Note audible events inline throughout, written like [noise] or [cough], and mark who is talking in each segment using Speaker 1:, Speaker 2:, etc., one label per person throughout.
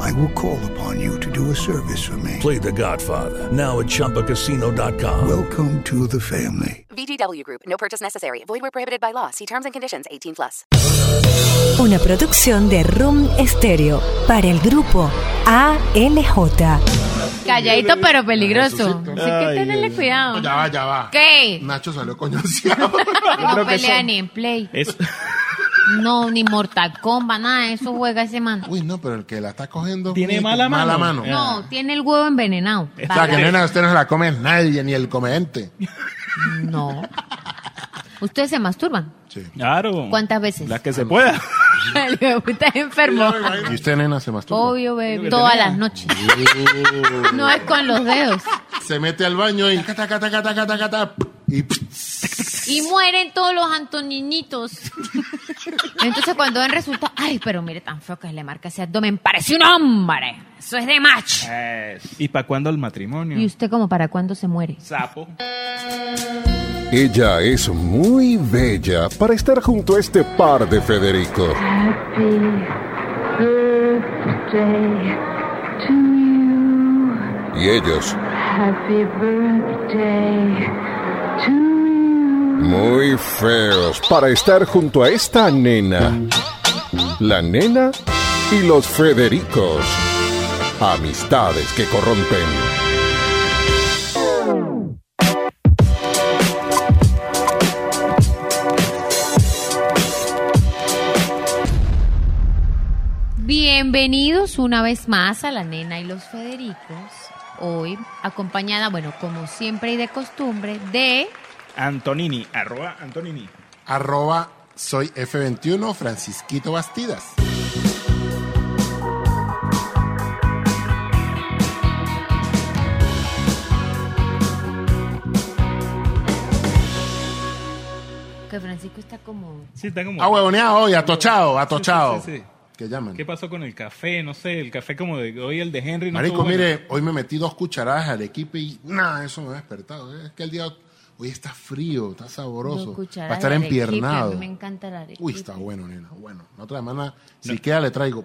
Speaker 1: I will call upon you to do a service for me.
Speaker 2: Play The Godfather now at ChumbaCasino.com.
Speaker 1: Welcome to the family.
Speaker 3: VGW Group. No purchase necessary. Void where prohibited by law. See terms and conditions. 18 plus.
Speaker 4: Una producción de Room Stereo para el grupo ALJ.
Speaker 5: Calladito pero peligroso. Así que tenerle cuidado.
Speaker 6: Ya va, ya va.
Speaker 5: ¿Qué?
Speaker 6: Nacho salió coñoseado.
Speaker 5: No pelea ni en Play.
Speaker 7: [laughs] Es,
Speaker 5: No, ni Mortal Kombat, nada de eso juega ese man.
Speaker 6: Uy, no, pero el que la está cogiendo.
Speaker 7: Tiene
Speaker 6: mijo,
Speaker 7: mala mano.
Speaker 6: Mala mano.
Speaker 7: Ah.
Speaker 5: No, tiene el huevo envenenado.
Speaker 6: O sea, que nena, usted no se la come nadie, ni el comediante.
Speaker 5: No. ¿Ustedes se masturban?
Speaker 7: claro.
Speaker 5: ¿Cuántas veces?
Speaker 7: Las que se pueda.
Speaker 5: El hijo de puta es enfermo.
Speaker 6: Y usted, nena, se masturba.
Speaker 5: Obvio,
Speaker 7: [laughs]
Speaker 5: bebé. Todas las noches. No es con los dedos.
Speaker 6: Se mete al baño y cata, cata, cata, cata, cata. Y
Speaker 5: Y mueren todos los antoninitos. Entonces cuando ven resulta, ay, pero mire tan feo que le marca ese abdomen. Parece un hombre. Eso es de macho.
Speaker 7: ¿Y para cuándo el matrimonio?
Speaker 5: ¿Y usted como para cuándo se muere?
Speaker 7: Sapo.
Speaker 8: Ella es muy bella para estar junto a este par de Federico. Y ellos. Muy feos para estar junto a esta nena. La nena y los Federicos. Amistades que corrompen.
Speaker 5: Bienvenidos una vez más a la nena y los Federicos. Hoy acompañada, bueno, como siempre y de costumbre, de...
Speaker 7: Antonini, arroba Antonini.
Speaker 6: arroba soy F21 Francisquito Bastidas.
Speaker 5: Que Francisco está como...
Speaker 7: Sí, está como...
Speaker 6: Ah, huevoneado hoy, atochado, atochado.
Speaker 7: Sí, sí, sí, sí.
Speaker 6: Que llaman.
Speaker 7: ¿Qué pasó con el café? No sé, el café como de hoy, el de Henry. No
Speaker 6: Marico,
Speaker 7: estuvo bueno.
Speaker 6: mire, hoy me metí dos cucharadas al equipo y nada, eso me ha despertado. ¿eh? Es que el día hoy está frío, está sabroso.
Speaker 5: dos cucharadas
Speaker 6: Va a estar
Speaker 5: de arequipe, A
Speaker 6: empiernado.
Speaker 5: mí me encanta la arequipe.
Speaker 6: Uy, está bueno, nena. Bueno, la otra semana, si queda, le traigo.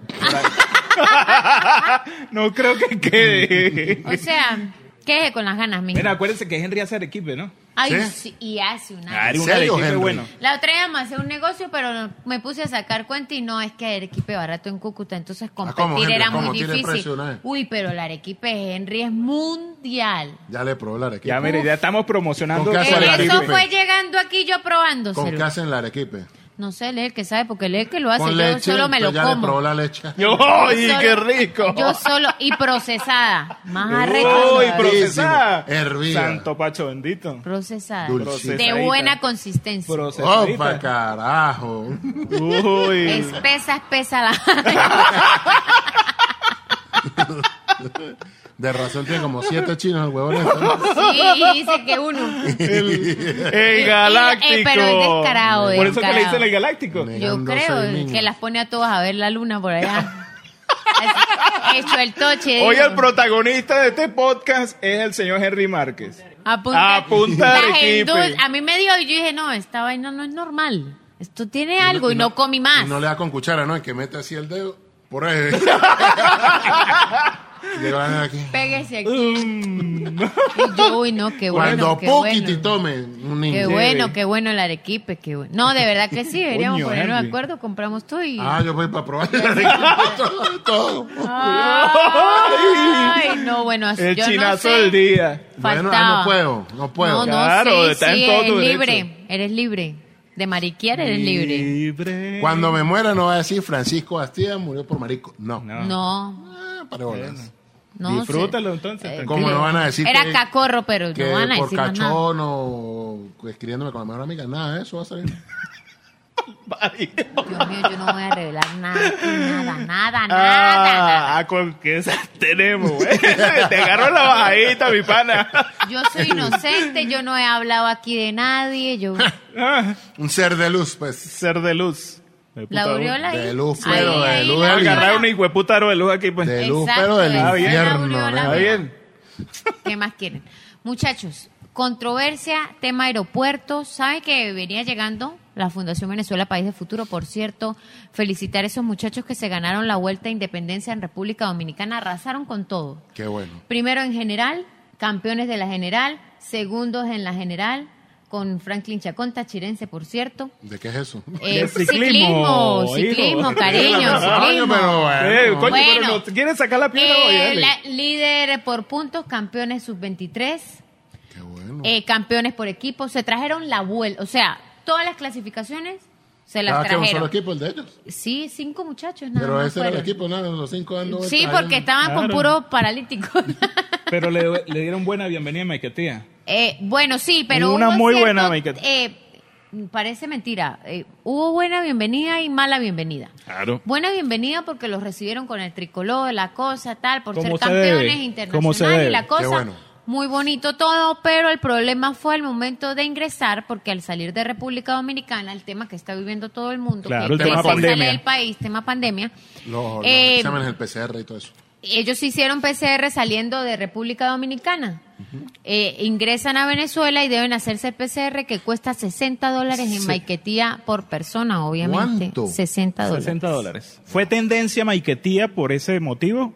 Speaker 5: Ah,
Speaker 7: No creo que quede.
Speaker 5: O sea, queje con las ganas, mijo.
Speaker 7: Mira, acuérdense que Henry hace Arequipe, ¿no?
Speaker 5: Ay,
Speaker 6: ¿Sí?
Speaker 5: sí, y hace una...
Speaker 7: Claro, un
Speaker 6: serio,
Speaker 7: Arequipe
Speaker 6: Henry?
Speaker 7: bueno.
Speaker 5: La otra día me hacía un negocio, pero me puse a sacar cuenta y no, es que Arequipe barato en Cúcuta, entonces
Speaker 6: Ah, ¿cómo,
Speaker 5: competir
Speaker 6: Henry?
Speaker 5: era
Speaker 6: ¿Cómo
Speaker 5: muy
Speaker 6: tiene
Speaker 5: difícil.
Speaker 6: precio una vez?
Speaker 5: Uy, pero el Arequipe Henry es mundial.
Speaker 6: Ya le probé el arequipe.
Speaker 7: Ya, mire, ya estamos promocionando.
Speaker 6: ¿Con qué hace
Speaker 7: el
Speaker 6: el
Speaker 5: Eso
Speaker 6: Arequipe?
Speaker 5: fue llegando aquí yo
Speaker 6: ¿Con
Speaker 5: probándoselo.
Speaker 6: qué hacen el arequipe?
Speaker 5: No sé, lee el que sabe, porque lee el que lo hace,
Speaker 6: Con
Speaker 5: yo
Speaker 6: leche.
Speaker 5: solo me lo
Speaker 6: pues ya le probó
Speaker 5: como.
Speaker 6: la leche.
Speaker 7: ¡Ay,
Speaker 5: Yo
Speaker 7: qué
Speaker 5: solo-
Speaker 7: rico!
Speaker 5: Yo solo, y procesada. Más
Speaker 7: ¡Uy,
Speaker 5: arrecha.
Speaker 7: procesada!
Speaker 6: Hervida.
Speaker 7: Santo Pacho bendito.
Speaker 5: Procesada.
Speaker 6: Dulcita.
Speaker 5: De buena consistencia.
Speaker 6: ¡Opa,
Speaker 7: Procesadita.
Speaker 6: Oh, carajo!
Speaker 7: Uy.
Speaker 5: Espesa, espesa la.
Speaker 6: De razón tiene como siete chinos el huevón. este.
Speaker 5: sí, dice que uno.
Speaker 7: El galáctico.
Speaker 5: Eh, pero es descarado,
Speaker 7: Por eso que le
Speaker 5: descarado.
Speaker 7: dicen el galáctico.
Speaker 5: Yo
Speaker 6: Negando seis
Speaker 5: creo
Speaker 6: niños.
Speaker 5: que las pone a todas a ver la luna por allá. Así, Hecho el toche.
Speaker 7: Hoy
Speaker 5: digo.
Speaker 7: el protagonista de este podcast es el señor Henry Márquez.
Speaker 5: Apunta, Ah,
Speaker 7: Apunta
Speaker 5: Las
Speaker 7: Arequipe.
Speaker 5: hindúes- A mí me dio y yo dije, no, esta vaina no es normal. Esto tiene algo y no, comí más. [laughs]
Speaker 6: Y no le da con cuchara, ¿no? El que mete así el dedo. Por ahí. Llegaban aquí.
Speaker 5: Pégese aquí. Y yo, uy, no, qué bueno.
Speaker 6: Cuando
Speaker 5: Qué
Speaker 6: Poquiti
Speaker 5: bueno.
Speaker 6: tome un niño.
Speaker 5: Qué bueno, qué bueno el arequipe, qué bueno. No, de verdad que sí, deberíamos
Speaker 6: Coño,
Speaker 5: ponernos de
Speaker 6: Henry.
Speaker 5: acuerdo, compramos todo y...
Speaker 6: Ah, yo voy para probar. [laughs] todo, todo. ah,
Speaker 5: Ay, no, bueno, así
Speaker 7: El
Speaker 5: yo no
Speaker 7: chinazo
Speaker 5: sé.
Speaker 7: del día.
Speaker 5: Faltaba. ah, no puedo,
Speaker 6: no
Speaker 5: Oh, No, no
Speaker 7: Claro,
Speaker 5: sé,
Speaker 7: está
Speaker 5: sí,
Speaker 7: en todo
Speaker 5: eres
Speaker 7: tu derecho.
Speaker 5: libre, eres libre. De mariquear eres libre.
Speaker 6: Cuando me muera no va a decir Francisco Bastida murió por marico. No. Ah,
Speaker 5: No,
Speaker 6: Para bolas.
Speaker 5: no
Speaker 6: Disfrútalo,
Speaker 5: sé.
Speaker 6: entonces,
Speaker 5: Eh,
Speaker 6: ¿Cómo no van a decir
Speaker 5: Era
Speaker 6: que-
Speaker 5: cacorro, pero
Speaker 6: que
Speaker 5: no van a
Speaker 6: por
Speaker 5: decir más nada.
Speaker 6: cachón o escribiéndome con la mejor amiga. Nada, eso va
Speaker 7: [laughs]
Speaker 6: a salir.
Speaker 5: Dios mío, yo no voy a revelar nada, aquí, nada, nada, nada.
Speaker 7: Ah, ah, con qué esas tenemos, güey. Te agarro la bajadita, mi pana.
Speaker 5: Yo soy inocente, yo no he hablado aquí de nadie, yo...
Speaker 6: Un ser de luz, pues. Ser
Speaker 7: de luz.
Speaker 5: La aureola ahí.
Speaker 6: De luz,
Speaker 5: Ahí,
Speaker 6: pero de
Speaker 5: ahí,
Speaker 6: luz.
Speaker 7: Voy a
Speaker 6: del-
Speaker 7: agarrar un hijueputaro de luz aquí, pues.
Speaker 6: De luz, Exacto, pero del
Speaker 7: Está bien.
Speaker 6: infierno,
Speaker 7: Está
Speaker 6: ¿no?
Speaker 7: bien.
Speaker 5: ¿Qué más quieren? Muchachos, controversia, tema aeropuertos. ¿Sabe que venía llegando la Fundación Venezuela País de Futuro? Por cierto, felicitar a esos muchachos que se ganaron la vuelta a independencia en República Dominicana. Arrasaron con todo.
Speaker 6: Qué bueno.
Speaker 5: Primero en general, campeones de la general. Segundos en la general, con Franklin Chacón, tachirense, por cierto.
Speaker 6: ¿De qué es eso? [laughs]
Speaker 5: Eh, De ciclismo, ciclismo, hijo. ciclismo, cariño, ciclismo.
Speaker 6: pero
Speaker 7: Eh,
Speaker 6: bueno.
Speaker 7: coño, pero
Speaker 5: Bueno.
Speaker 7: no, ¿quieres sacar la pierna
Speaker 5: Eh,
Speaker 7: hoy, dale.
Speaker 5: la- líder por puntos, campeones sub-23. Eh, campeones por equipo. Se trajeron la vuelta. O sea, todas las clasificaciones se las
Speaker 6: Ah, que un solo
Speaker 5: trajeron.
Speaker 6: equipo el de ellos.
Speaker 5: Sí, cinco muchachos. Nada
Speaker 6: Pero
Speaker 5: más
Speaker 6: ese era el
Speaker 5: fueron.
Speaker 6: equipo, nada, los cinco dando vueltas
Speaker 5: Sí,
Speaker 6: ahí
Speaker 5: porque
Speaker 6: en-
Speaker 5: estaban con
Speaker 7: Claro.
Speaker 5: puro paralítico.
Speaker 7: [laughs] Pero le, le dieron buena bienvenida a Maiquetía.
Speaker 5: Eh, bueno, sí, pero
Speaker 7: Una
Speaker 5: hubo
Speaker 7: muy
Speaker 5: cierto-
Speaker 7: buena, Michael.
Speaker 5: eh, parece mentira. Eh, hubo buena bienvenida y mala bienvenida.
Speaker 7: Claro.
Speaker 5: Buena bienvenida porque los recibieron con el tricolor, la cosa, tal, por
Speaker 7: Como
Speaker 5: ser
Speaker 7: se
Speaker 5: campeones
Speaker 7: debe, como se
Speaker 5: internacionales
Speaker 7: debe.
Speaker 5: y la cosa.
Speaker 7: Qué bueno.
Speaker 5: Muy bonito todo, pero el problema fue el momento de ingresar, porque al salir de República Dominicana, el tema que está viviendo todo el mundo,
Speaker 6: Claro,
Speaker 5: que
Speaker 6: el
Speaker 5: que
Speaker 6: tema
Speaker 5: se
Speaker 6: pandemia.
Speaker 5: sale del país, tema pandemia,
Speaker 6: Los, los
Speaker 5: Eh,
Speaker 6: exámenes del PCR y todo eso.
Speaker 5: ellos hicieron PCR saliendo de República Dominicana. Eh, ingresan a Venezuela y deben hacerse el PCR que cuesta 60 dólares en
Speaker 7: Sí.
Speaker 5: Maiquetía por persona, obviamente. 60 dólares.
Speaker 7: 60 dólares. Fue tendencia Maiquetía por ese motivo,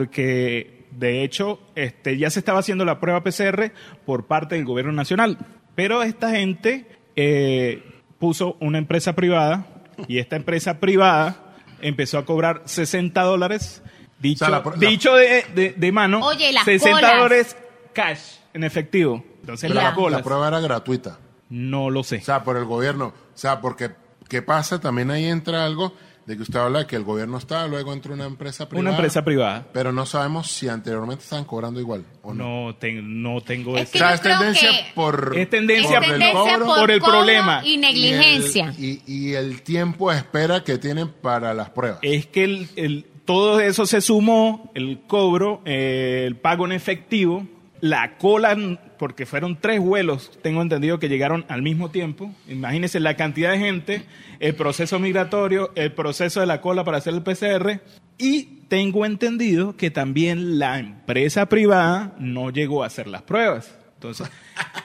Speaker 7: porque de hecho este, ya se estaba haciendo la prueba PCR por parte del gobierno nacional. Pero esta gente eh, puso una empresa privada y esta empresa privada empezó a cobrar 60 dólares. Dicho,
Speaker 6: la pro- la-
Speaker 7: dicho de, de- de mano,
Speaker 5: Oye, las
Speaker 7: 60
Speaker 5: colas.
Speaker 7: dólares cash en efectivo. Entonces
Speaker 6: Pero
Speaker 7: las
Speaker 6: la,
Speaker 7: colas.
Speaker 6: la prueba era gratuita.
Speaker 7: No lo sé. O
Speaker 6: sea, por el gobierno. O sea, porque ¿qué pasa? También ahí entra algo de que usted habla de que el gobierno está, luego entra una empresa privada.
Speaker 7: Una empresa privada.
Speaker 6: Pero no sabemos si anteriormente estaban cobrando igual o no.
Speaker 7: No, ten- no tengo
Speaker 6: Es
Speaker 7: ese-
Speaker 6: que O sea, yo es creo tendencia que- por-
Speaker 7: Es tendencia
Speaker 6: Es
Speaker 7: por, el
Speaker 6: tendencia
Speaker 7: cobro,
Speaker 6: por
Speaker 7: por el
Speaker 6: cobro
Speaker 7: problema.
Speaker 5: Y negligencia.
Speaker 6: Y, y el tiempo de espera que tienen para las pruebas.
Speaker 7: Es que el, el- todo eso se sumó, el cobro, eh, el pago en efectivo, la cola, porque fueron tres vuelos, tengo entendido que llegaron al mismo tiempo. Imagínense la cantidad de gente, el proceso migratorio, el proceso de la cola para hacer el PCR y tengo entendido que también la empresa privada no llegó a hacer las pruebas. Entonces,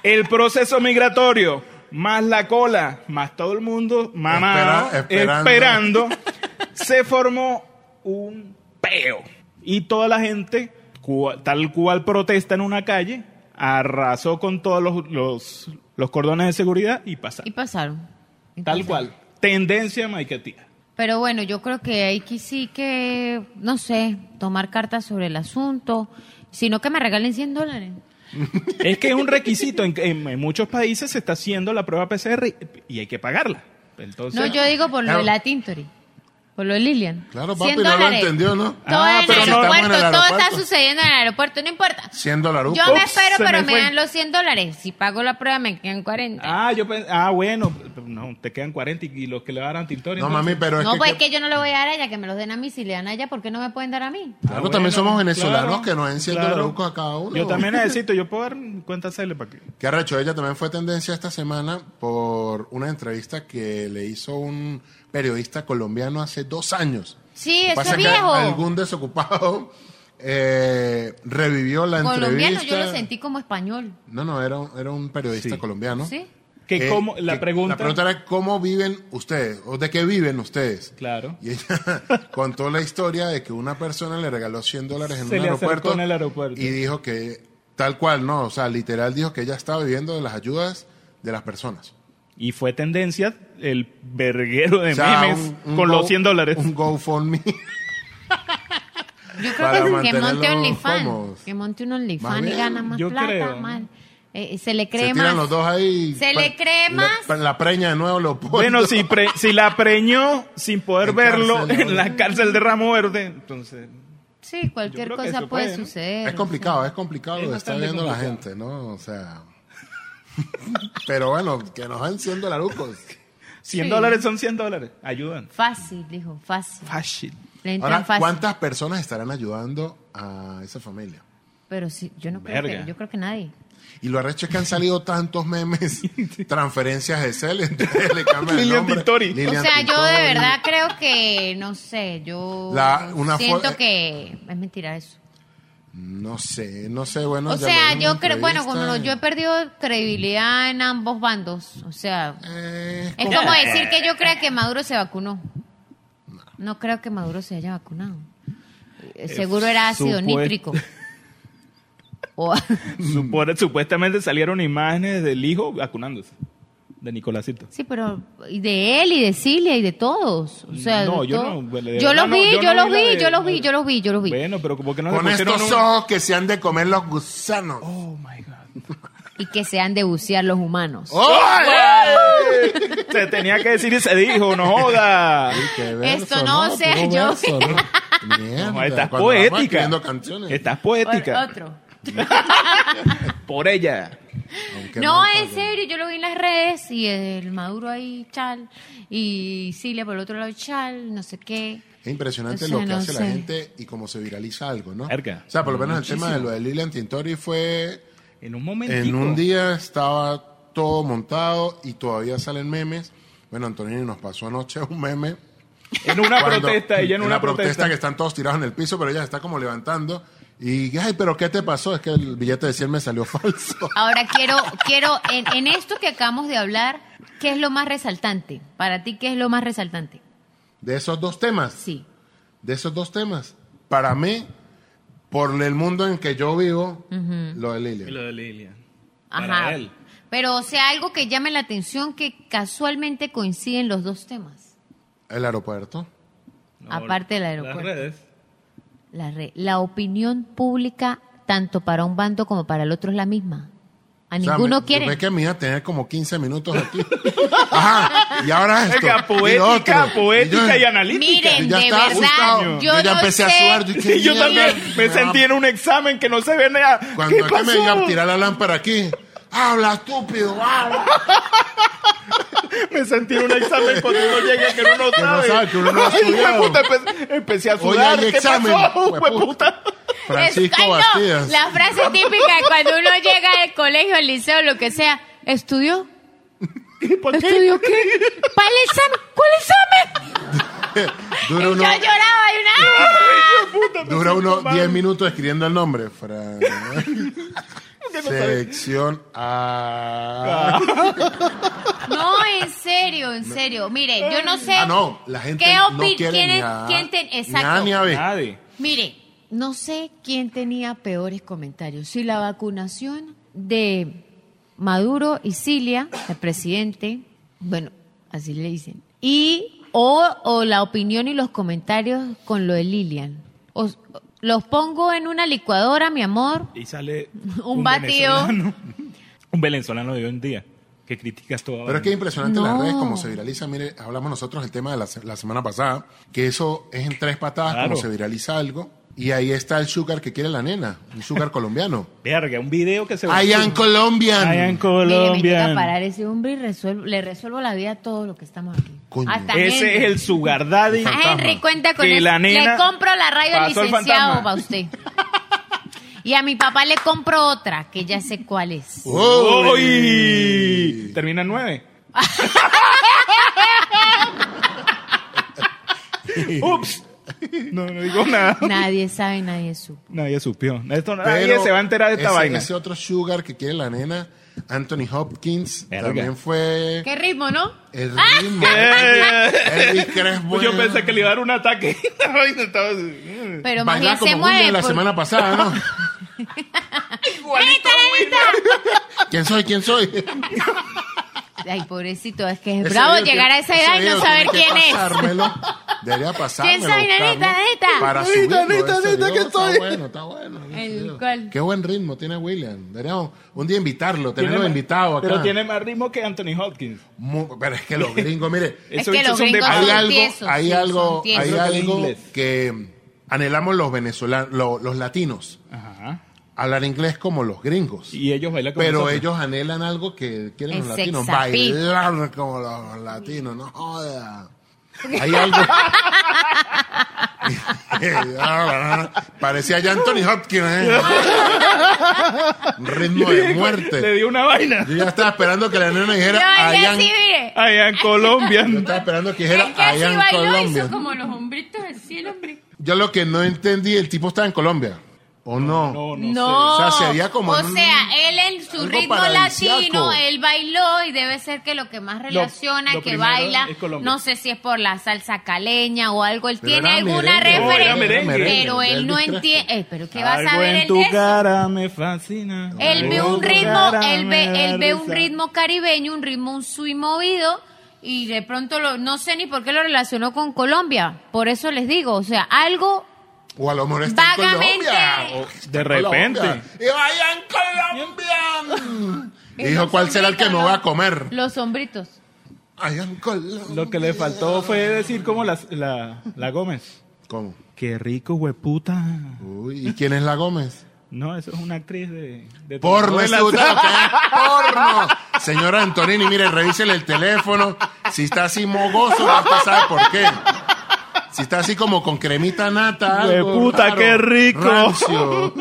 Speaker 7: el proceso migratorio, más la cola, más todo el mundo mamado,
Speaker 6: Espera- esperando.
Speaker 7: esperando, se formó un peo. Y toda la gente, cua- tal cual protesta en una calle, arrasó con todos los, los, los cordones de seguridad y pasaron.
Speaker 5: Y pasaron.
Speaker 7: Tal cual. Tendencia maiquetía.
Speaker 5: Pero bueno, yo creo que hay que sí que, no sé, tomar cartas sobre el asunto, sino que me regalen 100 dólares.
Speaker 7: Es que es un requisito. En, en- en muchos países se está haciendo la prueba PCR y, y hay que pagarla. Entonces,
Speaker 5: No, yo digo por lo de la Tintory, por lo de Lilian.
Speaker 6: Claro,
Speaker 5: 100
Speaker 6: papi, no lo
Speaker 5: dólares.
Speaker 6: entendió, ¿no?
Speaker 5: Todo
Speaker 7: Ah,
Speaker 5: en el
Speaker 6: estamos
Speaker 5: aeropuerto, todo está
Speaker 6: aeropuerto.
Speaker 5: sucediendo en el aeropuerto, no importa.
Speaker 6: 100 dólares.
Speaker 5: Yo me
Speaker 6: Ups,
Speaker 5: espero,
Speaker 6: se
Speaker 5: pero
Speaker 6: me
Speaker 5: me,
Speaker 6: fue.
Speaker 5: dan los 100 dólares. Si pago la prueba, me quedan 40.
Speaker 7: Ah, yo pens- ah, bueno, no, te quedan 40 y- y los que le darán Tintori.
Speaker 6: No, mami, pero
Speaker 5: no, pues es que yo no le voy a dar a ella, que me los den a mí. Si le dan a ella, ¿por qué no me pueden dar a mí?
Speaker 6: Claro, Ah, también somos venezolanos
Speaker 7: claro,
Speaker 6: que nos encienden
Speaker 7: claro.
Speaker 6: los a cada uno.
Speaker 7: Yo también necesito, yo puedo dar mi cuenta CL para que.
Speaker 6: Que arrecho, ella también fue tendencia esta semana por una entrevista que le hizo un periodista colombiano hace dos años.
Speaker 5: Sí,
Speaker 6: Lo que
Speaker 5: eso es
Speaker 6: pasa que
Speaker 5: viejo.
Speaker 6: algún desocupado eh, revivió la
Speaker 5: Colombiano,
Speaker 6: entrevista.
Speaker 5: yo lo sentí como español.
Speaker 6: No, no, era un, era un periodista colombiano. Eh,
Speaker 5: ¿Sí?
Speaker 7: Que cómo- la pregunta-
Speaker 6: La pregunta era cómo viven ustedes o de qué viven ustedes.
Speaker 7: Claro.
Speaker 6: Y ella [laughs] contó la historia de que una persona le regaló 100 dólares en
Speaker 7: Se
Speaker 6: un
Speaker 7: le acercó
Speaker 6: aeropuerto,
Speaker 7: en el aeropuerto.
Speaker 6: y dijo que tal cual, no, o sea, literal dijo que ella estaba viviendo de las ayudas de las personas.
Speaker 7: Y fue tendencia el verguero de
Speaker 6: O sea,
Speaker 7: memes
Speaker 6: un- un
Speaker 7: con
Speaker 6: go-
Speaker 7: los 100 dólares. Un [laughs]
Speaker 6: GoFundMe.
Speaker 5: Yo
Speaker 7: Para
Speaker 5: creo que, que monte
Speaker 7: mantenerlos
Speaker 5: OnlyFans.
Speaker 7: cómodos.
Speaker 5: Que monte un
Speaker 6: Más
Speaker 5: OnlyFans y
Speaker 6: bien,
Speaker 5: gana más
Speaker 6: yo
Speaker 5: plata.
Speaker 6: creo.
Speaker 5: más- eh, se le cree
Speaker 6: Se
Speaker 5: más.
Speaker 6: tiran los dos ahí. pues,
Speaker 5: Se le cree
Speaker 6: la-
Speaker 5: más.
Speaker 6: La, preña de nuevo lo pone.
Speaker 7: Bueno,
Speaker 6: [laughs]
Speaker 7: si, pre- si la preñó sin poder verlo
Speaker 6: cárcel,
Speaker 7: en la cárcel de Ramo Verde, entonces...
Speaker 5: Sí, cualquier
Speaker 7: creo que
Speaker 5: cosa
Speaker 7: eso
Speaker 5: puede,
Speaker 7: puede, ¿no?
Speaker 5: suceder.
Speaker 6: Es complicado, es complicado
Speaker 7: Es
Speaker 6: lo que está
Speaker 7: bastante
Speaker 6: viendo la
Speaker 7: complicado.
Speaker 6: gente, ¿no? O sea. [laughs] Pero bueno, que nos dan 100 dolarucos.
Speaker 7: 100
Speaker 5: Sí.
Speaker 7: dólares son 100 dólares. Ayudan.
Speaker 5: Fácil, dijo, fácil.
Speaker 7: Fácil.
Speaker 5: Le entran
Speaker 6: Ahora,
Speaker 5: fácil.
Speaker 6: ¿cuántas personas estarán ayudando a esa familia?
Speaker 5: Pero sí, yo no creo que,
Speaker 6: Verga.
Speaker 5: yo creo que nadie.
Speaker 6: Y lo arrecho es que han salido
Speaker 7: [laughs]
Speaker 6: tantos memes, transferencias de Cel, entonces le cambian el
Speaker 7: Lilian
Speaker 6: nombre.
Speaker 7: Tintori.
Speaker 6: Lilian
Speaker 5: o sea, yo de
Speaker 6: Tintori.
Speaker 5: verdad creo que, no sé, yo
Speaker 6: La- una fo-
Speaker 5: siento
Speaker 6: eh,
Speaker 5: que es mentira eso.
Speaker 6: No sé, no sé, bueno.
Speaker 5: o
Speaker 6: ya lo
Speaker 5: sea,
Speaker 6: vi en
Speaker 5: yo
Speaker 6: una
Speaker 5: creo, bueno,
Speaker 6: entrevista
Speaker 5: como
Speaker 6: y-
Speaker 5: yo he perdido credibilidad en ambos bandos, o sea, es
Speaker 6: como-
Speaker 5: como decir que yo crea que Maduro se vacunó. No creo que Maduro se haya vacunado. Eh, Seguro era ácido
Speaker 7: supuest- [laughs]
Speaker 5: nítrico. O-
Speaker 7: Supone- Supuestamente salieron imágenes del hijo vacunándose, de Nicolásito.
Speaker 5: Sí, pero y de él y de Cilia y de todos. O sea,
Speaker 7: No,
Speaker 5: de
Speaker 7: yo
Speaker 5: todo.
Speaker 7: no, de
Speaker 5: Yo
Speaker 7: verdad
Speaker 5: los
Speaker 7: no,
Speaker 5: vi,
Speaker 7: yo
Speaker 5: yo
Speaker 7: no
Speaker 5: los
Speaker 7: vi la
Speaker 5: vi,
Speaker 7: de-
Speaker 5: yo los vi, yo los vi, yo los vi.
Speaker 7: Bueno, pero como que no le
Speaker 6: Con
Speaker 7: pusieron
Speaker 6: estos
Speaker 7: un- Oh,
Speaker 6: ojos que se han de comer los gusanos.
Speaker 5: Y que se han de bucear los humanos.
Speaker 6: ¡Oh!
Speaker 7: ¡Ay! [laughs] Se tenía que decir y se dijo, no joda.
Speaker 5: Esto no, o sea, yo.
Speaker 7: [laughs]
Speaker 6: Ah,
Speaker 7: No, estás
Speaker 6: cuando vamos
Speaker 7: poética.
Speaker 6: escribiendo canciones.
Speaker 7: Estás
Speaker 5: Por-
Speaker 7: poética.
Speaker 5: Otro.
Speaker 7: [laughs] Por ella.
Speaker 5: No, en serio, yo lo vi en las redes y el Maduro ahí, chal. Y Cilia por el otro lado, chal, no sé qué.
Speaker 6: Es impresionante
Speaker 5: O sea,
Speaker 6: lo que
Speaker 5: no
Speaker 6: hace la
Speaker 5: sé.
Speaker 6: gente y cómo se viraliza algo, ¿no?
Speaker 7: Verga.
Speaker 6: O sea, por lo menos
Speaker 7: Muchísimo.
Speaker 6: el tema de lo de Lilian Tintori fue...
Speaker 7: En un momento.
Speaker 6: En un día estaba todo montado y todavía salen memes. Bueno, Antonini nos pasó anoche un meme.
Speaker 7: En una
Speaker 6: Cuando-
Speaker 7: protesta, ella en una
Speaker 6: la
Speaker 7: protesta.
Speaker 6: que están todos tirados en el piso, pero ella se está como levantando. Y, ay, pero ¿qué te pasó? Es que el billete de 100 me salió [laughs] falso.
Speaker 5: Ahora quiero, quiero, en, en esto que acabamos de hablar, ¿qué es lo más resaltante? Para ti, ¿qué es lo más resaltante?
Speaker 6: De esos dos temas.
Speaker 5: Sí.
Speaker 6: De esos dos temas. Para mí, por el mundo en que yo vivo,
Speaker 5: Ujú.
Speaker 6: lo de Lilian.
Speaker 7: de Lilian.
Speaker 5: Ajá. Pero, o sea, algo que llame la atención que casualmente coinciden los dos temas.
Speaker 6: El aeropuerto.
Speaker 5: Aparte del aeropuerto.
Speaker 7: Las redes.
Speaker 5: La, re- la opinión pública, tanto para un bando como para el otro, es la misma. A
Speaker 6: O sea,
Speaker 5: ninguno
Speaker 6: me-
Speaker 5: quiere.
Speaker 6: Ve que me iba a tener como 15 minutos aquí. Ajá. Y ahora esto.
Speaker 7: Venga,
Speaker 6: y lo otro.
Speaker 7: poética, poética
Speaker 6: yo-
Speaker 7: y analítica.
Speaker 5: Miren,
Speaker 6: Ya
Speaker 5: de
Speaker 6: estaba
Speaker 5: verdad,
Speaker 6: asustado.
Speaker 5: yo,
Speaker 6: Yo ya
Speaker 5: no
Speaker 6: empecé a
Speaker 5: sé-
Speaker 6: sudar, yo-
Speaker 5: [laughs]
Speaker 6: ¿Qué
Speaker 7: Y [laughs] yo
Speaker 6: mierda?
Speaker 7: también me sentí en un examen que no se ve nada.
Speaker 6: Cuando
Speaker 7: ¿Qué
Speaker 6: es que
Speaker 7: pasó?
Speaker 6: me iban a tirar la lámpara aquí. Habla, estúpido, habla.
Speaker 7: [laughs] Me sentí en un examen cuando uno llega que uno no
Speaker 6: Que no
Speaker 7: sabe.
Speaker 6: sabe, que uno no ha
Speaker 7: Ay,
Speaker 6: estudiado.
Speaker 7: hueputa, empe- empecé a
Speaker 6: Hoy
Speaker 7: sudar.
Speaker 6: hay
Speaker 7: ¿Qué
Speaker 6: examen,
Speaker 7: pasó,
Speaker 6: hueputa?
Speaker 7: hueputa?
Speaker 6: Francisco
Speaker 5: Ay, no,
Speaker 6: Bastidas.
Speaker 5: La frase típica de cuando uno llega al colegio, al liceo, lo que sea, ¿estudió? ¿Estudió qué? ¿Para el examen? ¿Cuál examen?
Speaker 6: [laughs] Dura
Speaker 5: Y
Speaker 6: uno,
Speaker 5: yo lloraba y una...
Speaker 6: dura uno 10 minutos escribiendo el
Speaker 7: [laughs]
Speaker 6: nombre. Fran. Selección A.
Speaker 5: No, en serio, en serio. Mire, yo no sé...
Speaker 6: Ah, no. La gente
Speaker 5: ¿Qué
Speaker 6: no
Speaker 5: opi-
Speaker 6: quiere
Speaker 5: quién
Speaker 6: ni
Speaker 5: es-
Speaker 6: a,
Speaker 5: quién te-
Speaker 6: ni
Speaker 5: exacto.
Speaker 6: A ni a B.
Speaker 7: Nadie.
Speaker 5: Mire, no sé quién tenía peores comentarios. Si la vacunación de Maduro y Cilia, el presidente, bueno, así le dicen, y o, o la opinión y los comentarios ¡ah! con lo de Lilian. Os- los pongo en una licuadora, mi amor.
Speaker 7: Y sale
Speaker 5: [laughs] Un batido.
Speaker 7: venezolano. [laughs] Un venezolano de hoy en día que criticas todo.
Speaker 6: Pero es que es impresionante las
Speaker 5: No.
Speaker 6: redes, como se viraliza. Mire, hablamos nosotros el tema de la, se- la semana pasada, que eso es en tres patadas,
Speaker 7: Claro.
Speaker 6: como se viraliza algo. Y ahí está el sugar que quiere la nena, un
Speaker 7: [laughs]
Speaker 6: sugar colombiano.
Speaker 7: Verga, un video que se...
Speaker 6: I am Colombian.
Speaker 7: I am
Speaker 5: Mire, me toca
Speaker 7: Colombian.
Speaker 5: parar ese hombre y resuelvo- le resuelvo la vida a todos los que estamos aquí.
Speaker 6: Coño.
Speaker 5: Hasta
Speaker 7: Ese es
Speaker 5: Henry.
Speaker 7: el sugar daddy.
Speaker 5: Ah, Henry, cuenta con
Speaker 7: Que
Speaker 5: eso.
Speaker 7: la nena
Speaker 5: le compro la radio al
Speaker 7: pasó el
Speaker 5: licenciado
Speaker 7: fantasma.
Speaker 5: para
Speaker 6: [laughs]
Speaker 5: usted. Y a mi papá le compro otra, que ya sé cuál es.
Speaker 6: Oh.
Speaker 7: ¡Uy! Termina en nueve.
Speaker 6: [laughs]
Speaker 7: Ups. No, no digo nada.
Speaker 5: Nadie sabe, nadie supo.
Speaker 7: Nadie supió. Esto,
Speaker 6: Pero
Speaker 7: nadie se va a enterar de esta
Speaker 6: ese-
Speaker 7: vaina.
Speaker 6: Ese otro sugar que quiere la nena, Anthony Hopkins también fue
Speaker 5: Qué ritmo, ¿no? Ah.
Speaker 6: el
Speaker 7: [laughs]
Speaker 6: ritmo. Elvis Crespo.
Speaker 7: Yo pensé que le iba a dar un ataque. [laughs]
Speaker 5: Pero más bien se
Speaker 6: Bailaba como
Speaker 5: mueve.
Speaker 6: Julia la
Speaker 5: por-
Speaker 6: semana pasada, ¿no?
Speaker 5: ¡Nenita, nenita!
Speaker 6: ¿Quién soy? ¿Quién soy?
Speaker 5: [laughs] Ay, pobrecito, es que es
Speaker 6: Ese
Speaker 5: bravo
Speaker 6: video
Speaker 5: llegar
Speaker 6: que-
Speaker 5: a esa
Speaker 6: ese
Speaker 5: edad y
Speaker 6: video
Speaker 5: no saber
Speaker 6: tiene que
Speaker 5: quién es.
Speaker 6: pasármelo. Debería pasármelo.
Speaker 5: ¿Quién soy,
Speaker 6: buscarlo
Speaker 5: nenita, nenita?
Speaker 6: Para
Speaker 5: Nenita,
Speaker 6: subirlo,
Speaker 5: nenita,
Speaker 6: ese
Speaker 5: nenita,
Speaker 6: video.
Speaker 5: ¿quién soy?
Speaker 6: Está bueno, está bueno.
Speaker 5: El cual.
Speaker 6: Qué buen ritmo tiene William. Deberíamos un día invitarlo, tenerlo
Speaker 7: Tiene-
Speaker 6: invitado acá.
Speaker 7: Pero tiene más ritmo que Anthony Hopkins.
Speaker 6: Mu- pero es que los gringos, mire,
Speaker 7: Es
Speaker 5: que los gringos
Speaker 6: hay
Speaker 5: son
Speaker 6: algo,
Speaker 5: tiesos,
Speaker 6: hay
Speaker 5: sí,
Speaker 6: algo,
Speaker 5: son tiesos.
Speaker 6: hay
Speaker 5: Creo que
Speaker 7: en
Speaker 6: algo
Speaker 7: inglés.
Speaker 6: que anhelamos los venezolanos, lo- los latinos,
Speaker 7: Ajá.
Speaker 6: hablar inglés como los gringos.
Speaker 7: Y ellos bailan como
Speaker 6: Pero
Speaker 7: nosotros.
Speaker 6: ellos anhelan algo que quieren
Speaker 5: El
Speaker 6: los latinos,
Speaker 5: sex appeal.
Speaker 6: bailar como los latinos, no
Speaker 5: [laughs]
Speaker 6: joda. Hay algo. [laughs] Parecía ya Anthony Hopkins, ¿eh? Ritmo de
Speaker 7: [laughs] Le
Speaker 6: muerte.
Speaker 7: dio una vaina.
Speaker 6: Yo ya estaba esperando que la nena dijera,
Speaker 5: No, es que
Speaker 6: "Hayan
Speaker 5: así, mire.
Speaker 7: Allá [laughs] en Colombia.
Speaker 6: yo estaba esperando que dijera
Speaker 5: Es que
Speaker 6: allá
Speaker 5: así
Speaker 6: en
Speaker 5: bailó,
Speaker 6: Colombia.
Speaker 5: hizo como los hombritos así, el hombre.
Speaker 6: Yo lo que no entendí, el tipo estaba en Colombia. ¿O no?
Speaker 7: No, no.
Speaker 5: No.
Speaker 6: sé. O sea, sería como
Speaker 5: O
Speaker 6: un-
Speaker 5: sea, él en su
Speaker 6: algo
Speaker 5: ritmo
Speaker 6: paradisiaco.
Speaker 5: latino, él bailó y debe ser que lo que más relaciona,
Speaker 7: lo
Speaker 5: que
Speaker 7: primero
Speaker 5: baila,
Speaker 7: es Colombia.
Speaker 5: no sé si es por la salsa caleña o algo, él
Speaker 6: Pero
Speaker 5: tiene
Speaker 6: era
Speaker 5: alguna
Speaker 6: merengue,
Speaker 7: No, era
Speaker 5: referencia,
Speaker 7: merengue.
Speaker 5: pero
Speaker 6: Era
Speaker 5: él no
Speaker 6: Elvis Crespo.
Speaker 5: entiende. Eh, pero ¿qué va a
Speaker 7: Algo
Speaker 5: saber
Speaker 7: en
Speaker 5: él
Speaker 7: tu
Speaker 5: de eso?
Speaker 7: cara me fascina.
Speaker 5: Él ve
Speaker 7: Algo en
Speaker 5: un
Speaker 7: tu
Speaker 5: ritmo,
Speaker 7: cara
Speaker 5: él
Speaker 7: me da
Speaker 5: ve, él ve un
Speaker 7: risa.
Speaker 5: ritmo caribeño, un ritmo, un sui movido, y de pronto lo, no sé ni por qué lo relacionó con Colombia. Por eso les digo, o sea, algo
Speaker 6: O a lo mejor está en
Speaker 5: Vagamente.
Speaker 6: Colombia. O-
Speaker 7: De repente.
Speaker 6: Colombia. ¡Y vayan Colombia! Y dijo,
Speaker 5: Esos
Speaker 6: ¿cuál será el que me
Speaker 5: sombritos,
Speaker 6: voy a
Speaker 5: ¿no?
Speaker 6: comer?
Speaker 5: los hombritos.
Speaker 6: Vayan Colombia.
Speaker 7: Lo que le faltó fue decir como la, la, la Gómez.
Speaker 6: ¿Cómo?
Speaker 7: Qué rico, hueputa.
Speaker 6: Uy, ¿y quién es la Gómez?
Speaker 7: No, eso es una actriz de... [laughs] de
Speaker 6: Porno, es
Speaker 7: telenovelas.
Speaker 6: puta, lo que
Speaker 7: ¿eh?
Speaker 6: es porno. Señora Antonini, mire, revísele el teléfono. Si está así mogoso, va a sabe por qué. Si está así como con cremita nata, algo
Speaker 7: Hueputa,
Speaker 6: raro,
Speaker 7: qué rico.
Speaker 6: rancio.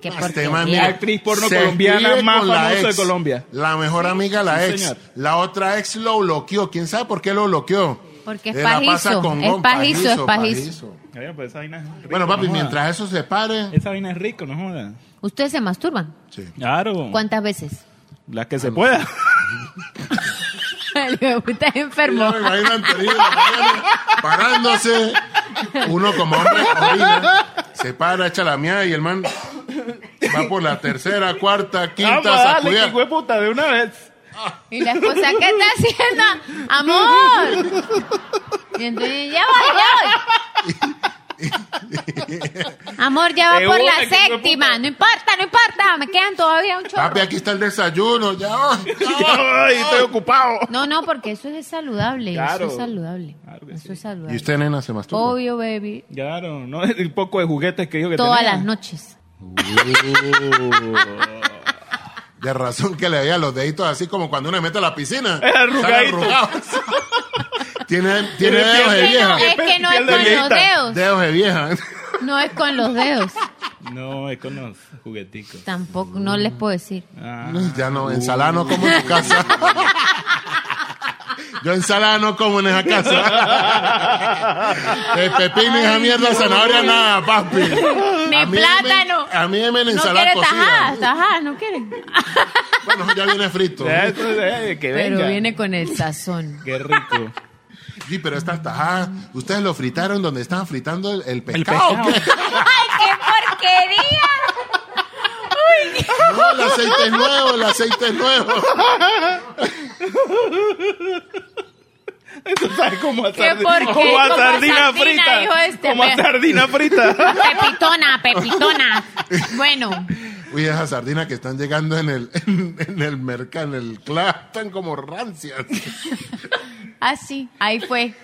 Speaker 5: Que
Speaker 6: Este
Speaker 5: porque
Speaker 6: man,
Speaker 7: mira. Actriz porno colombiana
Speaker 6: escribe
Speaker 7: más
Speaker 6: con la
Speaker 7: famosa de
Speaker 6: ex.
Speaker 7: Colombia.
Speaker 6: La mejor amiga, la
Speaker 7: sí,
Speaker 6: ex.
Speaker 7: señor.
Speaker 6: La otra ex lo bloqueó. ¿Quién sabe por qué lo bloqueó?
Speaker 5: Porque es
Speaker 6: Eh, la pasa
Speaker 5: pajizo,
Speaker 6: con
Speaker 5: es
Speaker 6: gom-
Speaker 5: pajizo, es pajizo.
Speaker 7: Oye, pues esa vaina es rico,
Speaker 6: Bueno, papi,
Speaker 7: no joda.
Speaker 6: mientras eso se pare.
Speaker 7: Esa vaina es rico, no jodas.
Speaker 5: ¿Ustedes se masturban?
Speaker 6: Sí.
Speaker 7: Claro.
Speaker 5: ¿Cuántas veces? [laughs]
Speaker 7: Las que se pueda.
Speaker 5: Le gusta es
Speaker 6: Yo
Speaker 5: enfermo.
Speaker 6: me imagino a Antonini en la mañana parándose. Uno como hombre orina, se para, echa la mía y el man va por la tercera, cuarta, quinta,
Speaker 7: Vamos, dale, que
Speaker 6: sacudida.
Speaker 7: hueputa, de una vez.
Speaker 5: Y la esposa, ¿qué está haciendo? ¡Amor! Y entonces, ya voy, ya voy. Amor, ya va
Speaker 7: De
Speaker 5: por
Speaker 7: una,
Speaker 5: la
Speaker 7: que fue
Speaker 5: séptima.
Speaker 7: puta.
Speaker 5: No importa, no importa. Me quedan todavía un chorro.
Speaker 6: Papi, aquí está el desayuno. Ya,
Speaker 7: Ay, estoy ocupado.
Speaker 5: No, no, porque eso es saludable.
Speaker 7: Claro.
Speaker 5: Eso es saludable.
Speaker 7: Claro que
Speaker 5: eso
Speaker 7: sí.
Speaker 5: es
Speaker 7: [laughs]
Speaker 5: saludable.
Speaker 6: ¿Y usted, nena, se masturba?
Speaker 5: Obvio, baby.
Speaker 7: Claro, no el poco de juguetes que dijo que
Speaker 5: Todas
Speaker 7: tenía.
Speaker 5: las noches.
Speaker 6: De razón que le veía los deditos así como cuando uno le mete a
Speaker 7: [laughs]
Speaker 6: la piscina.
Speaker 7: arrugadito.
Speaker 6: Están arrugados. [laughs] tiene tiene
Speaker 7: Tiene
Speaker 6: dedos de
Speaker 5: Es
Speaker 7: piel.
Speaker 5: que no,
Speaker 6: vieja.
Speaker 5: es que no es con
Speaker 7: Piel de
Speaker 5: los
Speaker 7: viejita.
Speaker 5: dedos.
Speaker 6: Dedos de vieja. [laughs]
Speaker 5: No es con los dedos.
Speaker 7: No, es con los jugueticos.
Speaker 5: Tampoco, no les puedo decir.
Speaker 7: Ah,
Speaker 6: ya no, ensalada no como en tu casa. [laughs] Yo ensalada no como en
Speaker 7: [laughs]
Speaker 6: esa casa. El pepino, esa mierda, zanahoria, nada, papi.
Speaker 5: Ni
Speaker 6: A mí deme-
Speaker 5: plátano.
Speaker 6: a mí deme en
Speaker 5: No
Speaker 6: ensalada
Speaker 5: quiere
Speaker 6: cocida.
Speaker 5: tajadas, tajadas, no quiere.
Speaker 6: Bueno, [laughs] ya viene frito.
Speaker 7: eso es, eh, que venga.
Speaker 5: Pero viene con el sazón.
Speaker 7: Qué rico.
Speaker 6: Sí, pero estas tajadas, ustedes lo fritaron donde estaban fritando el, el pescado. ¿o qué?
Speaker 5: ¡Ay, qué porquería!
Speaker 6: No, el aceite es nuevo, el aceite es nuevo.
Speaker 7: Eso sabe como a,
Speaker 5: ¿Qué
Speaker 7: sardi-
Speaker 5: por qué?
Speaker 7: como a
Speaker 5: Como a
Speaker 7: sardina,
Speaker 5: sardina,
Speaker 7: frita.
Speaker 5: hijo este,
Speaker 7: como a
Speaker 5: pe-
Speaker 7: sardina frita.
Speaker 5: Pepitona, pepitona. Bueno,
Speaker 6: Uy, esas sardinas que están llegando en el, en, en el mercado, en el club, están como rancias.
Speaker 5: así, ahí fue.